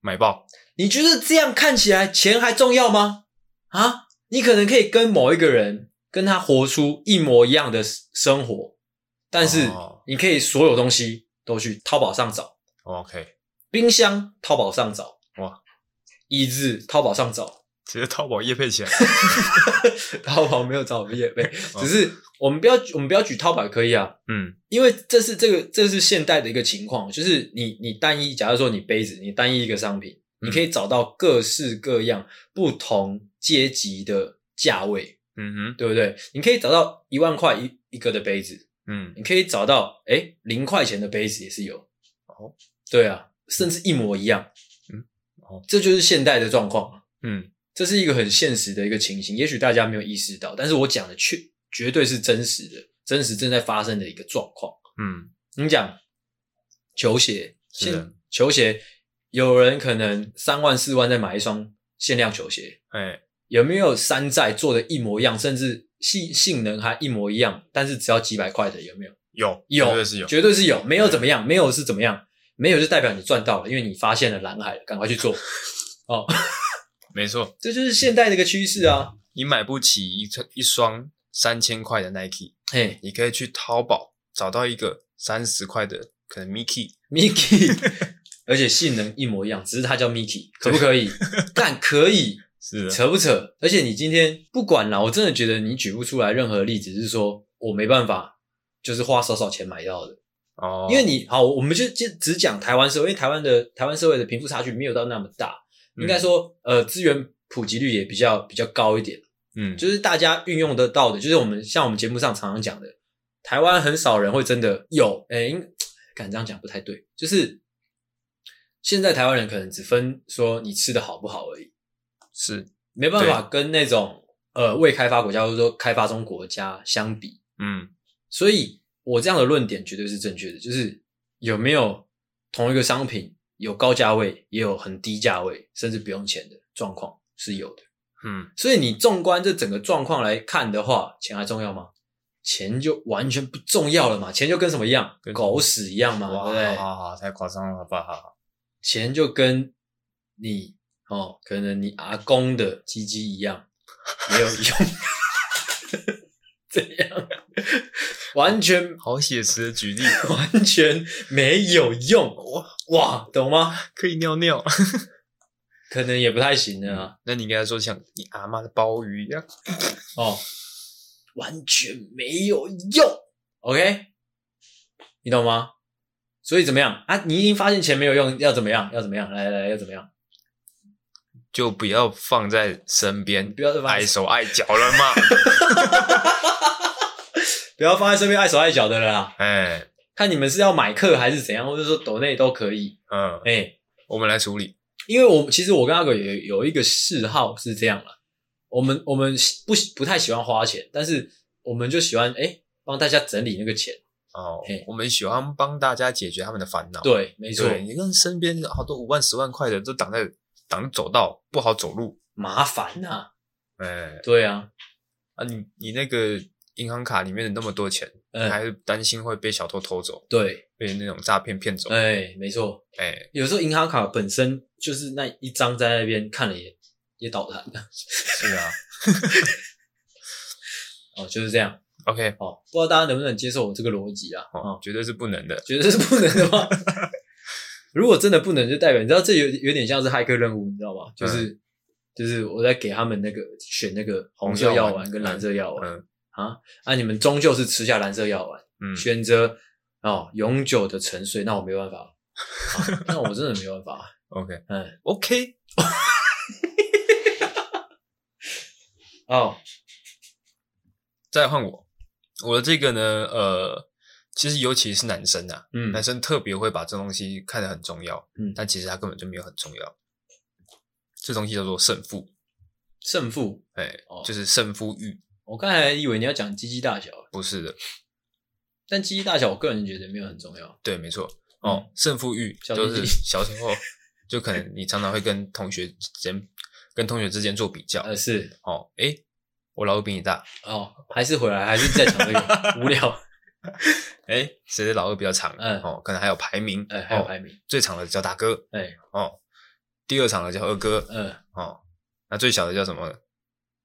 Speaker 2: 买爆，
Speaker 1: 你觉得这样看起来钱还重要吗？啊，你可能可以跟某一个人跟他活出一模一样的生活，但是
Speaker 2: 哦
Speaker 1: 你可以所有东西都去淘宝上找。
Speaker 2: ，OK，
Speaker 1: 冰箱淘宝上找，
Speaker 2: 哇，
Speaker 1: 椅子淘宝上找， (laughs)
Speaker 2: 直接淘宝业配钱，
Speaker 1: 淘宝没有找我们业配，只是我们不要我们不要举淘宝也可以啊，
Speaker 2: 嗯
Speaker 1: 因为这是这个这是现代的一个情况，就是你你单一，假如说你杯子，你单一一个商品，
Speaker 2: 嗯
Speaker 1: 你可以找到各式各样不同阶级的价位，
Speaker 2: 嗯哼，
Speaker 1: 对不对？你可以找到一万块一一个的杯子，
Speaker 2: 嗯
Speaker 1: 你可以找到哎零块钱的杯子也是有，
Speaker 2: 哦，
Speaker 1: 对啊，甚至一模一样，
Speaker 2: 嗯，哦
Speaker 1: 这就是现代的状况啊。
Speaker 2: 嗯
Speaker 1: 这是一个很现实的一个情形，也许大家没有意识到，但是我讲的确绝对是真实的，真实正在发生的一个状况。
Speaker 2: 嗯，
Speaker 1: 你讲球鞋，
Speaker 2: 是的
Speaker 1: 现球鞋，有人可能三万四万再买一双限量球鞋，
Speaker 2: 哎，
Speaker 1: 有没有山寨做的一模一样，甚至性性能还一模一样，但是只要几百块的，有没有？
Speaker 2: 有
Speaker 1: 有，
Speaker 2: 绝对是有，
Speaker 1: 绝对是有，没有怎么样，没有是怎么样，没有就代表你赚到了，因为你发现了蓝海了，赶快去做。 (laughs) 哦，
Speaker 2: 没错，
Speaker 1: 这就是现代的一个趋势啊，
Speaker 2: 你买不起一一双三千块的 Nike，
Speaker 1: 嘿。
Speaker 2: 你可以去淘宝找到一个三十块的，可能 Mickey，
Speaker 1: Mickey，而
Speaker 2: (laughs)
Speaker 1: 且性能一模一样，只是它叫 Mickey，可不可以？但可以，
Speaker 2: 是
Speaker 1: 扯不扯？而且你今天不管啦，我真的觉得你举不出来任何例子，是说我没办法，就是花少少钱买到的。
Speaker 2: 哦，
Speaker 1: 因为你好，我们就就只讲台湾社会，因为台湾的台湾社会的贫富差距没有到那么大，
Speaker 2: 嗯
Speaker 1: 应该说呃资源普及率也比较比较高一点，
Speaker 2: 嗯，
Speaker 1: 就是大家运用得到的，就是我们像我们节目上常常讲的，台湾很少人会真的有，哎、应敢这样讲不太对，就是现在台湾人可能只分说你吃的好不好而已，
Speaker 2: 是
Speaker 1: 没办法跟那种呃未开发国家或者说开发中国家相比，
Speaker 2: 嗯
Speaker 1: 所以我这样的论点绝对是正确的，就是有没有同一个商品有高价位，也有很低价位，甚至不用钱的状况是有的。
Speaker 2: 嗯
Speaker 1: 所以你纵观这整个状况来看的话，钱还重要吗？钱就完全不重要了嘛，钱就跟什么一样
Speaker 2: 跟，
Speaker 1: 狗屎一样嘛，对
Speaker 2: 哇，
Speaker 1: 不哦对？
Speaker 2: 好好太夸张了吧？
Speaker 1: 钱就跟你哦，可能你阿公的鸡鸡一样，没有用，怎样？完全
Speaker 2: 好写实的举
Speaker 1: (laughs)
Speaker 2: 例，
Speaker 1: 完全没有用，哇，懂吗？
Speaker 2: 可以尿尿。
Speaker 1: 可能也不太行的啊。
Speaker 2: 那你跟他说像你阿妈的鲍鱼一样，
Speaker 1: 哦，完全没有用。OK，你懂吗？所以怎么样啊？你已经发现钱没有用，要怎么样？要怎么样？来来，要怎么样？
Speaker 2: 就不要放在身边
Speaker 1: 不，要再放
Speaker 2: 碍手碍脚了嘛。
Speaker 1: (laughs) 不要放在身边碍手碍脚的了啦。
Speaker 2: 哎，
Speaker 1: 看你们是要买课还是怎样，或者说抖内都可以。
Speaker 2: 嗯，
Speaker 1: 哎、
Speaker 2: 我们来处理。
Speaker 1: 因为我其实我跟阿狗也有一个嗜好是这样啦，我们我们喜不喜不太喜欢花钱，但是我们就喜欢哎帮大家整理那个钱。
Speaker 2: 哦
Speaker 1: 嘿，
Speaker 2: 我们喜欢帮大家解决他们的烦恼。，
Speaker 1: 对，没错，
Speaker 2: 对你看身边好多五万、十万块的都挡在挡着走道，不好走路。
Speaker 1: 麻烦呐、
Speaker 2: 哎，
Speaker 1: 对啊，
Speaker 2: 啊，你你那个银行卡里面的那么多钱，
Speaker 1: 嗯，
Speaker 2: 还是担心会被小偷偷走，
Speaker 1: 对，
Speaker 2: 被那种诈骗骗走。
Speaker 1: 哎，没错，
Speaker 2: 哎，
Speaker 1: 有时候银行卡本身就是那一张在那边看了也也倒弹的，
Speaker 2: 是啊。
Speaker 1: 哦，就是这样， (laughs)
Speaker 2: OK，
Speaker 1: 哦，不知道大家能不能接受我这个逻辑啊？
Speaker 2: 哦
Speaker 1: 哦，，
Speaker 2: 绝对是不能的。
Speaker 1: 觉得是不能的吗？ (laughs) 如果真的不能，就代表你知道这有有点像是骇客任务，你知道吗？就是、就是我在给他们那个选那个红色药丸跟蓝色药丸、
Speaker 2: 嗯
Speaker 1: 啊，啊，你们终究是吃下蓝色药丸，
Speaker 2: 嗯，
Speaker 1: 选择哦永久的沉睡，那我没办法，啊、那我真的没办法，
Speaker 2: OK，
Speaker 1: 嗯，
Speaker 2: OK，
Speaker 1: 哦，
Speaker 2: 再换我。我的这个呢，呃，其实尤其是男生啊，
Speaker 1: 嗯
Speaker 2: 男生特别会把这东西看得很重要，
Speaker 1: 嗯
Speaker 2: 但其实它根本就没有很重要。这东西叫做胜负，
Speaker 1: 胜负，
Speaker 2: 哎、
Speaker 1: 哦
Speaker 2: 就是胜负欲，
Speaker 1: 我刚才以为你要讲鸡鸡大小，
Speaker 2: 不是的，
Speaker 1: 但鸡鸡大小我个人觉得没有很重要，
Speaker 2: 对，没错，哦，胜负欲
Speaker 1: 嗯小
Speaker 2: 就
Speaker 1: 弟
Speaker 2: 是
Speaker 1: 弟 (laughs)
Speaker 2: 小时候，就可能你常常会跟同学之间、跟同学之间做比较，
Speaker 1: 呃，是
Speaker 2: 哦，诶、我老二比你大，
Speaker 1: 哦，还是回来，还是在讲这个无聊，
Speaker 2: 诶、谁的老二比较长，
Speaker 1: 嗯
Speaker 2: 哦，可能还有排名，
Speaker 1: 哎、还有
Speaker 2: 哦
Speaker 1: 排名，
Speaker 2: 最长的叫大哥，
Speaker 1: 哎、
Speaker 2: 哦，第二场的叫二哥，
Speaker 1: 嗯、
Speaker 2: 哦，那最小的叫什么呢？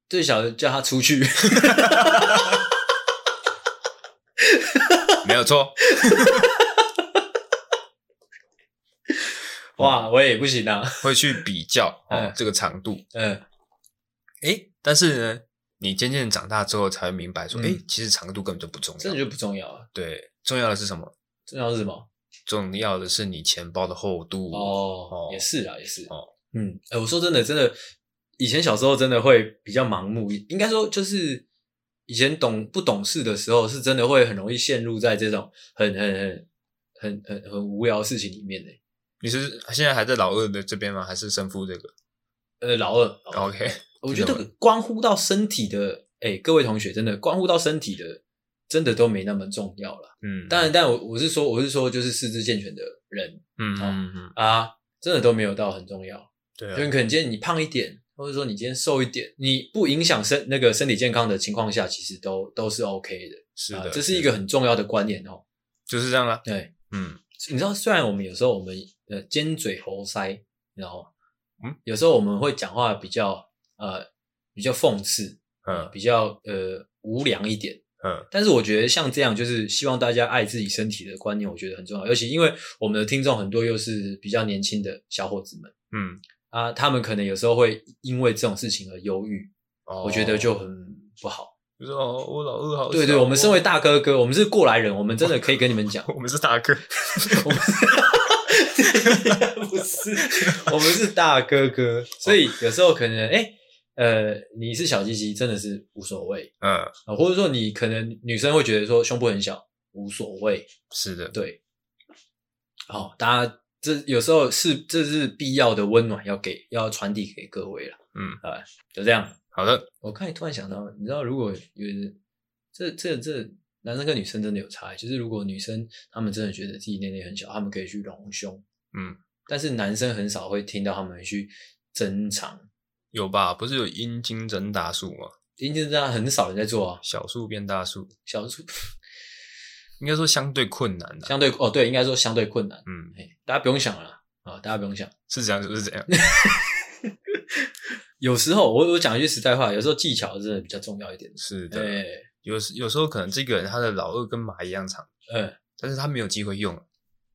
Speaker 1: 最小的叫他出去，
Speaker 2: 没有错，
Speaker 1: 哇，我也不行啊，
Speaker 2: 会去比较哦
Speaker 1: 嗯
Speaker 2: 这个长度。
Speaker 1: 嗯，
Speaker 2: 诶，但是呢，你渐渐长大之后才会明白说，
Speaker 1: 嗯
Speaker 2: 诶，其实长度根本就不重
Speaker 1: 真的
Speaker 2: 要。
Speaker 1: 就不重要啊，
Speaker 2: 对，重要的是什么？
Speaker 1: 重要是什么？
Speaker 2: 重要的是你钱包的厚度。
Speaker 1: 哦
Speaker 2: 哦，
Speaker 1: 也是啊，也是，
Speaker 2: 哦
Speaker 1: 嗯，哎、我说真的，真的，以前小时候真的会比较盲目，应该说就是以前懂不懂事的时候，是真的会很容易陷入在这种很很很很很很无聊的事情里面的、欸
Speaker 2: 你是现在还在老二的这边吗？还是生父这个
Speaker 1: 呃，老二老二
Speaker 2: ？OK，
Speaker 1: 我觉得关乎到身体的，哎、各位同学，真的关乎到身体的，真的都没那么重要了。
Speaker 2: 嗯，
Speaker 1: 当 (laughs) 然，但我我是说，我是说，就是四肢健全的人
Speaker 2: 嗯，
Speaker 1: 哦
Speaker 2: 嗯嗯嗯，
Speaker 1: 啊，真的都没有到很重要。
Speaker 2: 对
Speaker 1: 就你
Speaker 2: 啊，
Speaker 1: 可能今天你胖一点，或者说你今天瘦一点，你不影响身那个身体健康的情况下，其实都都是 OK 的。
Speaker 2: 是
Speaker 1: 啊
Speaker 2: 的，
Speaker 1: 这是一个很重要的观念哦。
Speaker 2: 就是这样啦。
Speaker 1: 对，
Speaker 2: 嗯，
Speaker 1: 你知道，虽然我们有时候我们呃尖嘴猴腮，你知道吗？
Speaker 2: 嗯，
Speaker 1: 有时候我们会讲话比较呃比较讽刺，
Speaker 2: 嗯
Speaker 1: 比较呃无良一点。
Speaker 2: 嗯，
Speaker 1: 但是我觉得像这样，就是希望大家爱自己身体的观念，我觉得很重要。尤其因为我们的听众很多又是比较年轻的小伙子们
Speaker 2: 嗯，
Speaker 1: 啊，他们可能有时候会因为这种事情而忧郁，
Speaker 2: 哦
Speaker 1: 我觉得就很不好。
Speaker 2: 就是哦，我老二好。，
Speaker 1: 对对，我们身为大哥哥，我们是过来人，我们真的可以跟你们讲
Speaker 2: (laughs) 我们是大哥，
Speaker 1: 我们 (laughs) 不是，我们是大哥哥，所以有时候可能哎、呃，你是小鸡鸡，真的是无所谓。
Speaker 2: 嗯，
Speaker 1: 啊，或者说你可能女生会觉得说胸部很小无所谓，
Speaker 2: 是的，
Speaker 1: 对，好、大家这有时候是这是必要的温暖要给要传递给各位了，
Speaker 2: 嗯，
Speaker 1: 啊，就这样。
Speaker 2: 好的，
Speaker 1: 我看你突然想到，你知道如果有这这这男生跟女生真的有差，欸就是如果女生他们真的觉得自己内内很小，他们可以去隆胸，
Speaker 2: 嗯，
Speaker 1: 但是男生很少会听到他们去增长，
Speaker 2: 有吧？不是有阴茎增大术吗？
Speaker 1: 因为这样很少人在做啊，
Speaker 2: 小数变大数，
Speaker 1: 小数
Speaker 2: 应该说相对困难的、
Speaker 1: 相对哦对，应该说相对困难。
Speaker 2: 嗯，
Speaker 1: (laughs) 哎，大家不用想了啦啊，大家不用想。
Speaker 2: 是这样就是这样。
Speaker 1: 有时候我我讲一句实在话，有时候技巧真的比较重要一点。
Speaker 2: 是的，
Speaker 1: 对，
Speaker 2: 有时有时候可能这个人他的老二跟马一样长，
Speaker 1: 嗯，
Speaker 2: 但是他没有机会用了，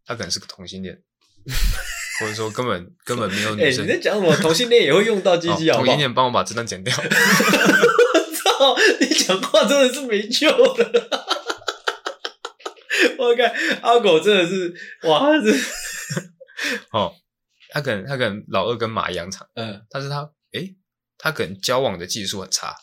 Speaker 2: 他可能是个同性
Speaker 1: (laughs)
Speaker 2: 恋，或者说根本根本没有
Speaker 1: 哎、
Speaker 2: 女生。
Speaker 1: 你在讲什么？同性恋也会用到鸡
Speaker 2: 好
Speaker 1: 鸡，好
Speaker 2: 同
Speaker 1: 不好
Speaker 2: 性？恋帮我把这段
Speaker 1: (laughs)
Speaker 2: 剪掉。
Speaker 1: 操，你讲话真的是没救了。 (laughs) 我看阿狗真的是，哇，这
Speaker 2: 哦，他可能他可能老二跟马一样长，
Speaker 1: 嗯，
Speaker 2: 但是他诶，他可能交往的技术很差，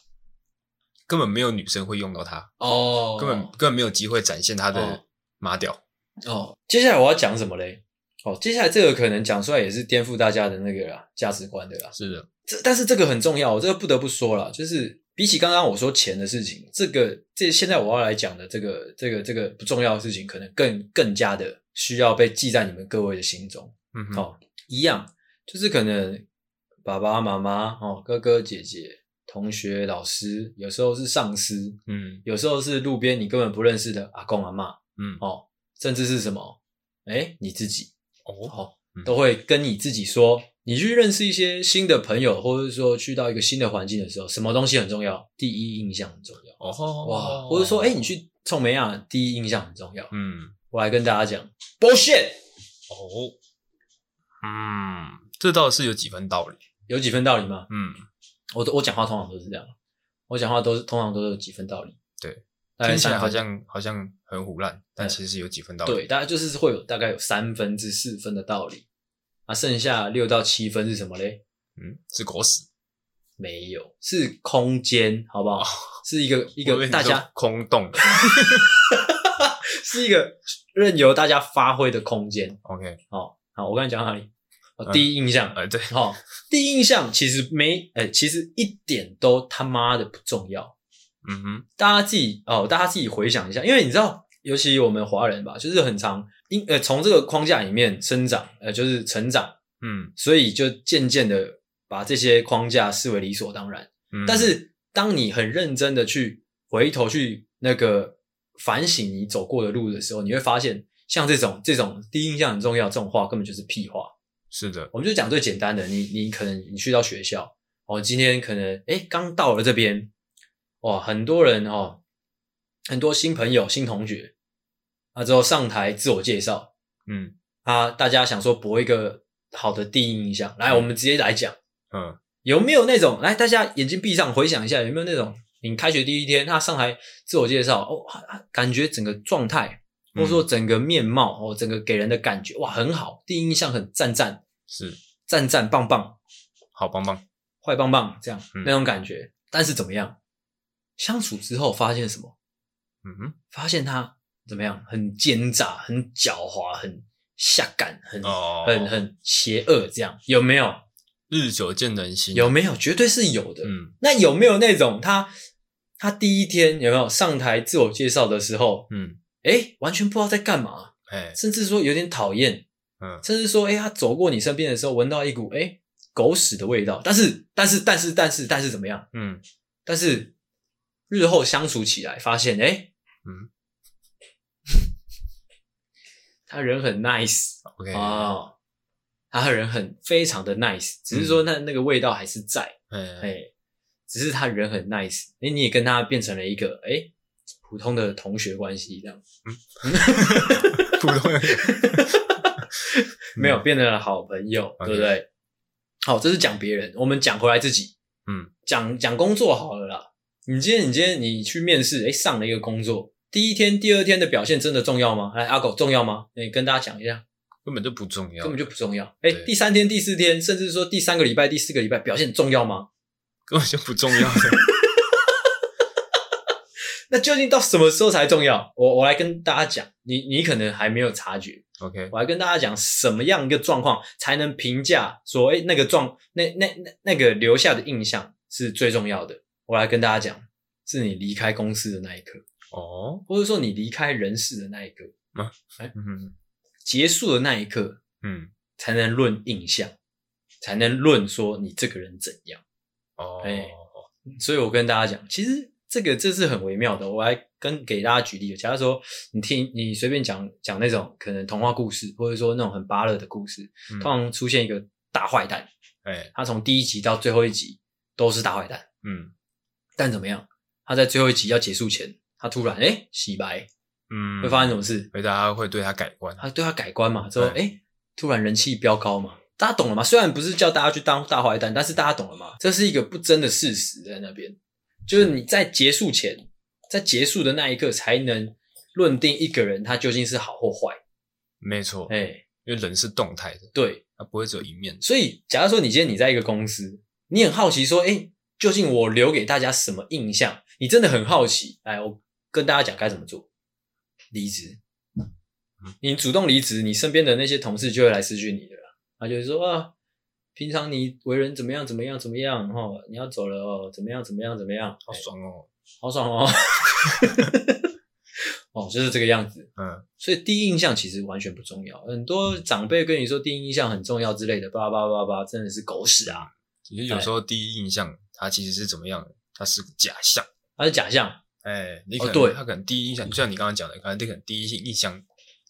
Speaker 2: 根本没有女生会用到他，
Speaker 1: 哦，
Speaker 2: 根本根本没有机会展现他的
Speaker 1: 哦
Speaker 2: 马屌。
Speaker 1: 哦，接下来我要讲什么嘞？哦，接下来这个可能讲出来也是颠覆大家的那个啦价值观的啦。
Speaker 2: 是的，
Speaker 1: 这但是这个很重要，我这个不得不说啦，就是比起刚刚我说钱的事情，这个这现在我要来讲的这个这个这个不重要的事情，可能更更加的需要被记在你们各位的心中。
Speaker 2: 嗯哼，
Speaker 1: 哦，一样，就是可能爸爸妈妈哦，哥哥姐姐、同学、老师，有时候是上司，
Speaker 2: 嗯
Speaker 1: 有时候是路边你根本不认识的阿公阿嬷
Speaker 2: 嗯，
Speaker 1: 哦，甚至是什么，哎，你自己
Speaker 2: 哦，
Speaker 1: 哦
Speaker 2: 嗯，
Speaker 1: 都会跟你自己说，你去认识一些新的朋友，或者说去到一个新的环境的时候，什么东西很重要？第一印象很重要
Speaker 2: 哦，
Speaker 1: 哇，或者说，哎，你，去冲梅亚，第一印象很重要。
Speaker 2: 嗯，
Speaker 1: 我来跟大家讲，bullshit
Speaker 2: 哦，嗯，这倒是有几分道理。
Speaker 1: 有几分道理吗？
Speaker 2: 嗯，
Speaker 1: 我都我讲话通常都是这样，啊我讲话都是通常都是有几分道理，
Speaker 2: 对，
Speaker 1: 大概
Speaker 2: 听起来
Speaker 1: 三
Speaker 2: 好
Speaker 1: 分
Speaker 2: 像好像很胡乱，但
Speaker 1: 嗯
Speaker 2: 其实有几分道理。
Speaker 1: 对，大概就是会有大概有三分至四分的道理，啊，剩下六到七分是什么嘞？
Speaker 2: 嗯，是狗屎。
Speaker 1: 没有，是空间，好不好？
Speaker 2: 哦
Speaker 1: 是一个一
Speaker 2: 一
Speaker 1: 个大家
Speaker 2: 空洞。
Speaker 1: 是一个任由大家发挥的空间。
Speaker 2: OK，
Speaker 1: 哦，好，我刚才讲到哪里？哦
Speaker 2: 嗯
Speaker 1: 第一印象，
Speaker 2: 呃，对，
Speaker 1: 好、第一印象其实没，哎、其实一点都他妈的不重要。
Speaker 2: 嗯哼，
Speaker 1: 大家自己哦，大家自己回想一下，因为你知道，尤其我们华人吧，就是很常因呃从这个框架里面生长，呃就是成长，
Speaker 2: 嗯
Speaker 1: 所以就渐渐的把这些框架视为理所当然。
Speaker 2: 嗯，
Speaker 1: 但是当你很认真的去回头去那个反省你走过的路的时候，你会发现，像这种这种第一印象很重要这种话，根本就是屁话。
Speaker 2: 是的，
Speaker 1: 我们就讲最简单的，你你可能你去到学校，哦，今天可能哎刚到了这边，哇，很多人哦，很多新朋友、新同学，啊之后上台自我介绍，
Speaker 2: 嗯
Speaker 1: 啊，大家想说博一个好的第一印象，来，我们直接来讲，
Speaker 2: 嗯
Speaker 1: 有没有那种来，大家眼睛闭上回想一下，有没有那种你开学第一天，他上台自我介绍，哦，啊啊感觉整个状态。
Speaker 2: 嗯
Speaker 1: 或者说整个面貌哦，整个给人的感觉哇很好，第一印象很赞赞
Speaker 2: 是
Speaker 1: 赞赞棒棒，
Speaker 2: 好棒棒。
Speaker 1: 坏棒棒这样、
Speaker 2: 嗯
Speaker 1: 那种感觉。但是怎么样，相处之后发现什么？
Speaker 2: 嗯哼，
Speaker 1: 发现他怎么样？很奸诈，很狡猾，很下感，很、
Speaker 2: 哦，
Speaker 1: 很很邪恶，这样有没有？
Speaker 2: 日久见人心。啊
Speaker 1: 有没有？绝对是有的。
Speaker 2: 嗯
Speaker 1: 那有没有那种他他第一天有没有上台自我介绍的时候，
Speaker 2: 嗯，
Speaker 1: 哎，完全不知道在干嘛，
Speaker 2: 哎
Speaker 1: 甚至说有点讨厌，
Speaker 2: 嗯
Speaker 1: 甚至说，哎，他走过你身边的时候，闻到一股哎狗屎的味道。但是，但是，但是，但是，但是怎么样？
Speaker 2: 嗯
Speaker 1: 但是日后相处起来，发现哎，诶
Speaker 2: 嗯，
Speaker 1: (laughs) 他人很 nice
Speaker 2: ，OK，
Speaker 1: 哦，他人很非常的 nice，只是
Speaker 2: 嗯
Speaker 1: 说那那个味道还是在，哎、
Speaker 2: 哎
Speaker 1: 只是他人很 nice，哎、你也跟他变成了一个哎、诶普通的同学关系这样，
Speaker 2: 嗯普通人
Speaker 1: 没有变成了好朋友，
Speaker 2: OK
Speaker 1: 对不对？好，这是讲别人，我们讲回来自己，
Speaker 2: 嗯，
Speaker 1: 讲讲工作好了啦。你今天你今天你去面试，哎，上了一个工作，第一天、第二天的表现真的重要吗？来，阿狗重要吗？你跟大家讲一下，
Speaker 2: 根本就不重要，
Speaker 1: 根本就不重要。哎
Speaker 2: 对，
Speaker 1: 第三天、第四天，甚至说第三个礼拜、第四个礼拜表现重要吗？
Speaker 2: 根本就不
Speaker 1: (laughs)
Speaker 2: 重要。
Speaker 1: 那究竟到什么时候才重要？我我来跟大家讲，你你可能还没有察觉，
Speaker 2: OK，
Speaker 1: 我来跟大家讲什么样一个状况才能评价说，哎、那个状那那那那个留下的印象是最重要的。我来跟大家讲，是你离开公司的那一刻，
Speaker 2: 哦，
Speaker 1: 或者说你离开人世的那一刻，
Speaker 2: 嗯
Speaker 1: 结束的那一刻，
Speaker 2: 嗯，
Speaker 1: 才能论印象，才能论说你这个人怎样。
Speaker 2: 哦，
Speaker 1: 哎所以我跟大家讲，其实这个这是很微妙的。我来跟给大家举例，假如说你听你随便讲讲那种可能童话故事，或者说那种很巴乐的故事，
Speaker 2: 嗯
Speaker 1: 通常出现一个大坏蛋。
Speaker 2: 哎
Speaker 1: 他从第一集到最后一集，都是大坏蛋。
Speaker 2: 嗯
Speaker 1: 但怎么样，他在最后一集要结束前，他突然哎、诶洗白，
Speaker 2: 嗯，
Speaker 1: 会发生什么事？
Speaker 2: 所以大家会对他改观。
Speaker 1: 他对他改观嘛，之后哎、
Speaker 2: 对
Speaker 1: 诶突然人气飙高嘛，大家懂了吗？虽然不是叫大家去当大坏蛋，但是大家懂了嘛，这是一个不争的事实在那边，就是你在结束前，在结束的那一刻才能论定一个人他究竟是好或坏。
Speaker 2: 没错，
Speaker 1: 哎、
Speaker 2: 因为人是动态的，
Speaker 1: 对，
Speaker 2: 他不会只有一面。
Speaker 1: 所以假如说你今天你在一个公司，你很好奇说，哎、究竟我留给大家什么印象？你真的很好奇，来，我跟大家讲该怎么做，离职。你主动离职，你身边的那些同事就会来失去你的了。他就会说啊，平常你为人怎么样怎么样怎么样，哦，你要走了哦，怎么样怎么样怎么样，
Speaker 2: 好爽哦！
Speaker 1: 好爽哦， (laughs) 哦，就是这个样子。
Speaker 2: 嗯，
Speaker 1: 所以第一印象其实完全不重要。很多长辈跟你说第一印象很重要之类的，叭叭叭叭，真的是狗屎啊！
Speaker 2: 其实有时候第一印象，它其实是怎么样的？它是个假象。
Speaker 1: 它是假象，
Speaker 2: 哎，你
Speaker 1: 哦
Speaker 2: 可能、
Speaker 1: 对
Speaker 2: 他可能第一印象，就像你刚刚讲的，可能这可能第一印象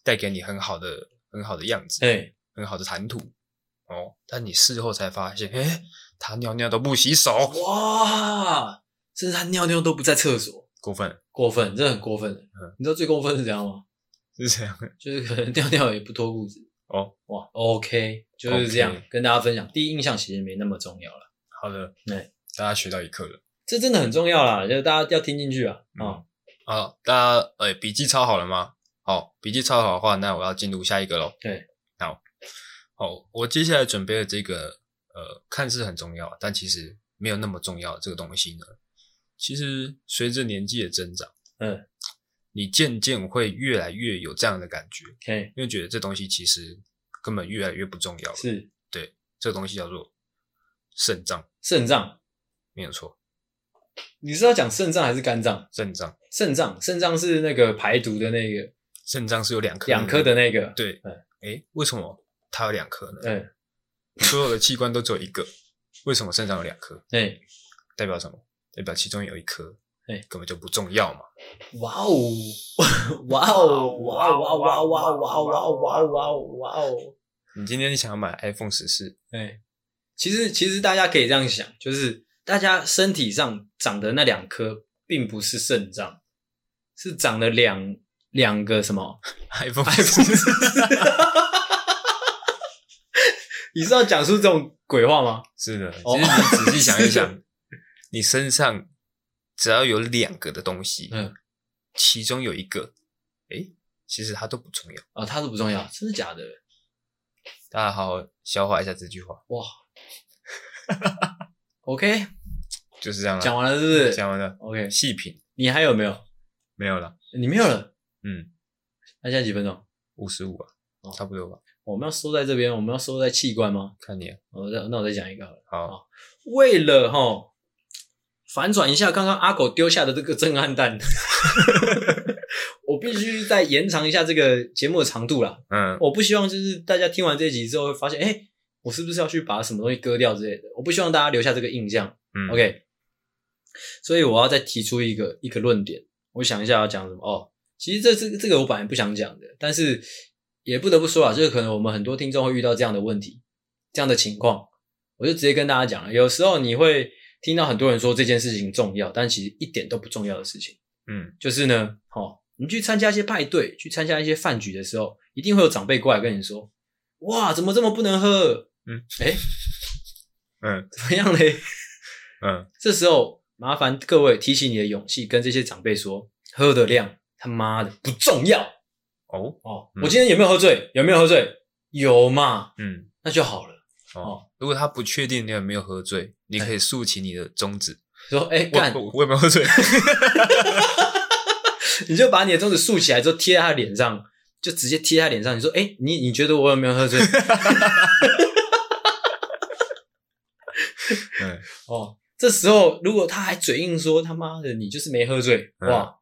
Speaker 2: 带给你很好的、很好的样子，
Speaker 1: 哎，
Speaker 2: 很好的谈吐哦。但你事后才发现，哎，他尿尿都不洗手，
Speaker 1: 哇，甚至他尿尿都不在厕所，
Speaker 2: 过分了
Speaker 1: 过分，真的很过分。
Speaker 2: 嗯
Speaker 1: 你知道最过分是怎样吗？
Speaker 2: 是这样。
Speaker 1: 就是可能尿尿也不脱裤子。
Speaker 2: 哦，
Speaker 1: 哇，OK，就是这样
Speaker 2: OK
Speaker 1: 跟大家分享，第一印象其实没那么重要了，
Speaker 2: 好的，
Speaker 1: 对，
Speaker 2: 大家学到一课了
Speaker 1: 这真的很重要啦，就是大家要听进去啊。
Speaker 2: 嗯
Speaker 1: 啊、
Speaker 2: 好，大家哎，笔记抄好了吗？好，笔记抄好的话，那我要进入下一个喽。
Speaker 1: 对，
Speaker 2: 好，好，我接下来准备的这个呃，看似很重要，但其实没有那么重要。这个东西呢，其实随着年纪的增长，
Speaker 1: 嗯，
Speaker 2: 你渐渐会越来越有这样的感觉，
Speaker 1: 嘿，
Speaker 2: 因为觉得这东西其实根本越来越不重要了。
Speaker 1: 是
Speaker 2: 这个东西叫做肾脏，
Speaker 1: 肾脏，
Speaker 2: 没有错，
Speaker 1: 你是要讲肾脏还是肝脏？
Speaker 2: 肾脏，
Speaker 1: 肾脏，肾脏是那个排毒的那个
Speaker 2: 肾脏是有两颗，
Speaker 1: 两颗的那个，
Speaker 2: 对
Speaker 1: 嗯，
Speaker 2: 哎，为什么它有两颗呢？
Speaker 1: 嗯，
Speaker 2: 所有的器官都只有一个，为什么肾脏有两颗？
Speaker 1: 哎，
Speaker 2: 代表什么？代表其中有一颗，
Speaker 1: 哎
Speaker 2: 根本就不重要嘛。
Speaker 1: 哇哦，哇哦，哇哦，哇哦，哇哦，哇哦，哇哦，哇哦，哇哦，哇哦，
Speaker 2: 你今天想要买 iPhone 十四，
Speaker 1: 哎，其实其实大家可以这样想，就是大家身体上长的那两颗，并不是肾脏，是长了两两个什么？
Speaker 2: iPhone 十四
Speaker 1: 你是要讲出这种鬼话吗？
Speaker 2: (laughs) 是的。其实
Speaker 1: 哦
Speaker 2: 你仔细想
Speaker 1: (laughs)
Speaker 2: 一想，你身上只要有两个的东西，
Speaker 1: 嗯，
Speaker 2: 其中有一个，哎，其实它都不重要。
Speaker 1: 啊，它都不重要，真的假的？
Speaker 2: 大家好好消化一下这句话，
Speaker 1: 哇，OK，
Speaker 2: 就是这样了。
Speaker 1: 讲完了是不是？
Speaker 2: 讲完了，
Speaker 1: OK，
Speaker 2: 细品
Speaker 1: 你还有没有？
Speaker 2: 没有了，
Speaker 1: 你没有了？
Speaker 2: 嗯，
Speaker 1: 那现在几分钟？
Speaker 2: 五十五吧
Speaker 1: 哦，
Speaker 2: 差不多吧。
Speaker 1: 我们要收在这边，我们要收在器官吗？
Speaker 2: 看你啊，
Speaker 1: 我再那我再讲一个好了。
Speaker 2: 好，
Speaker 1: 为了哈反转一下刚刚阿狗丢下的这个震撼弹， (laughs) 我必须再延长一下这个节目的长度啦。
Speaker 2: 嗯，
Speaker 1: 我不希望就是大家听完这集之后会发现，哎、我是不是要去把什么东西割掉之类的？我不希望大家留下这个印象。
Speaker 2: 嗯
Speaker 1: OK，所以我要再提出一个一个论点，我想一下要讲什么哦。其实这这这个我本来不想讲的，但是也不得不说啊，就是可能我们很多听众会遇到这样的问题，这样的情况，我就直接跟大家讲了。有时候你会听到很多人说这件事情重要，但其实一点都不重要的事情。
Speaker 2: 嗯，
Speaker 1: 就是呢，哦，你去参加一些派对，去参加一些饭局的时候，一定会有长辈过来跟你说：“哇，怎么这么不能喝？”
Speaker 2: 嗯，
Speaker 1: 哎、
Speaker 2: (laughs) 嗯，
Speaker 1: 怎么样嘞？
Speaker 2: 嗯，
Speaker 1: 这时候麻烦各位提起你的勇气，跟这些长辈说，喝的量他妈的不重要
Speaker 2: 哦，
Speaker 1: 哦。
Speaker 2: 嗯
Speaker 1: 我今天有没有喝醉？有没有喝醉？有嘛，
Speaker 2: 嗯，
Speaker 1: 那就好了。
Speaker 2: 哦
Speaker 1: 哦，
Speaker 2: 如果他不确定你有没有喝醉，你可以竖起你的中指，
Speaker 1: 说，哎、
Speaker 2: 我
Speaker 1: 干，
Speaker 2: 我我有没有
Speaker 1: (laughs)
Speaker 2: 喝醉？
Speaker 1: 你就把你的中指竖起来之后贴在他脸上，就直接贴在他脸上。你说，哎、你你觉得我有没有
Speaker 2: (laughs)
Speaker 1: 喝醉？
Speaker 2: 嗯，
Speaker 1: 哦，这时候如果他还嘴硬说他妈的你就是没喝醉，
Speaker 2: 嗯
Speaker 1: 哇，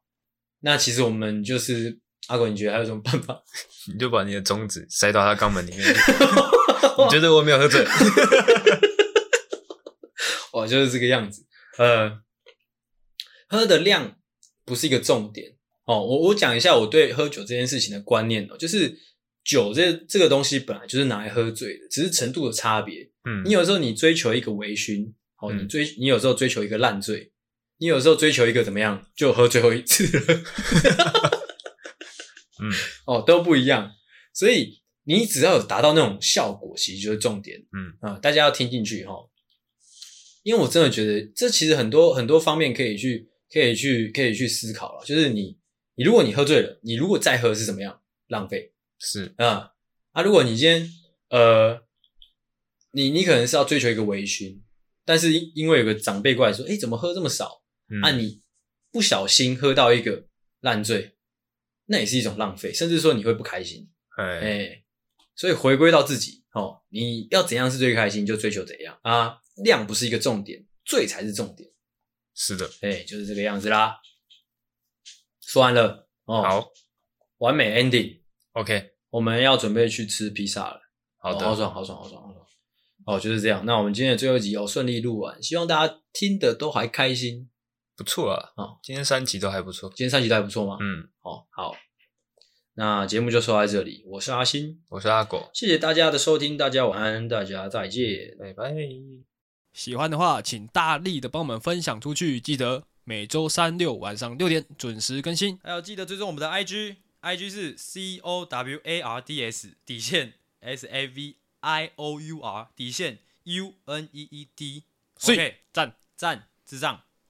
Speaker 1: 那其实我们就是阿狗，你觉得还有什么办法？
Speaker 2: (laughs) 你就把你的中指塞到他
Speaker 1: (laughs)
Speaker 2: 肛门里面。 (laughs) 你觉得我没有喝醉？
Speaker 1: 哦，就是这个样子。呃，喝的量不是一个重点哦。我我讲一下我对喝酒这件事情的观念哦，就是酒这这个东西本来就是拿来喝醉的，只是程度的差别。
Speaker 2: 嗯
Speaker 1: 你有时候你追求一个微醺，哦，
Speaker 2: 嗯
Speaker 1: 你追你有时候追求一个烂醉，你有时候追求一个怎么样，就喝最后一次了，
Speaker 2: 嗯，
Speaker 1: (laughs) 哦，都不一样。所以你只要有达到那种效果，其实就是重点。
Speaker 2: 嗯
Speaker 1: 啊、大家要听进去哈、哦，因为我真的觉得这其实很多很多方面可以去可以去可以去思考了。就是你你如果你喝醉了，你如果再喝是怎么样浪费？
Speaker 2: 是，
Speaker 1: 啊啊！如果你今天呃，你你可能是要追求一个微醺，但是因因为有个长辈过来说，哎，怎么喝这么少？
Speaker 2: 嗯，
Speaker 1: 啊，你不小心喝到一个烂醉，那也是一种浪费，甚至说你会不开心。哎、
Speaker 2: 哎，
Speaker 1: 所以回归到自己哦，你要怎样是最开心，就追求怎样啊。量不是一个重点，醉才是重点。
Speaker 2: 是的，
Speaker 1: 哎、就是这个样子啦。说完了哦，，
Speaker 2: 好
Speaker 1: 完美 ending，
Speaker 2: ，OK，
Speaker 1: 我们要准备去吃披萨了。
Speaker 2: 好
Speaker 1: 哦好
Speaker 2: 的，
Speaker 1: 爽，好爽，好爽，好爽。哦，就是这样。那我们今天的最后一集哦，顺利录完，希望大家听的都还开心。
Speaker 2: 不错啊
Speaker 1: 哦，
Speaker 2: 今天三集都还不错，
Speaker 1: 今天三集都还不错吗？
Speaker 2: 嗯，
Speaker 1: 哦，好。那节目就说到这里，我是阿星，
Speaker 2: 我是阿狗，
Speaker 1: 谢谢大家的收听，大家晚安，大家再见。
Speaker 2: 拜拜。
Speaker 3: 喜欢的话，请大力的帮我们分享出去，记得每周三六晚上六点准时更新。
Speaker 4: 还有记得追踪我们的 IG，IG 是 C O W A R D S 底线 S A V I O U R 底线 U N E E D。
Speaker 3: 所以
Speaker 4: OK，
Speaker 3: 赞
Speaker 4: 赞，智障。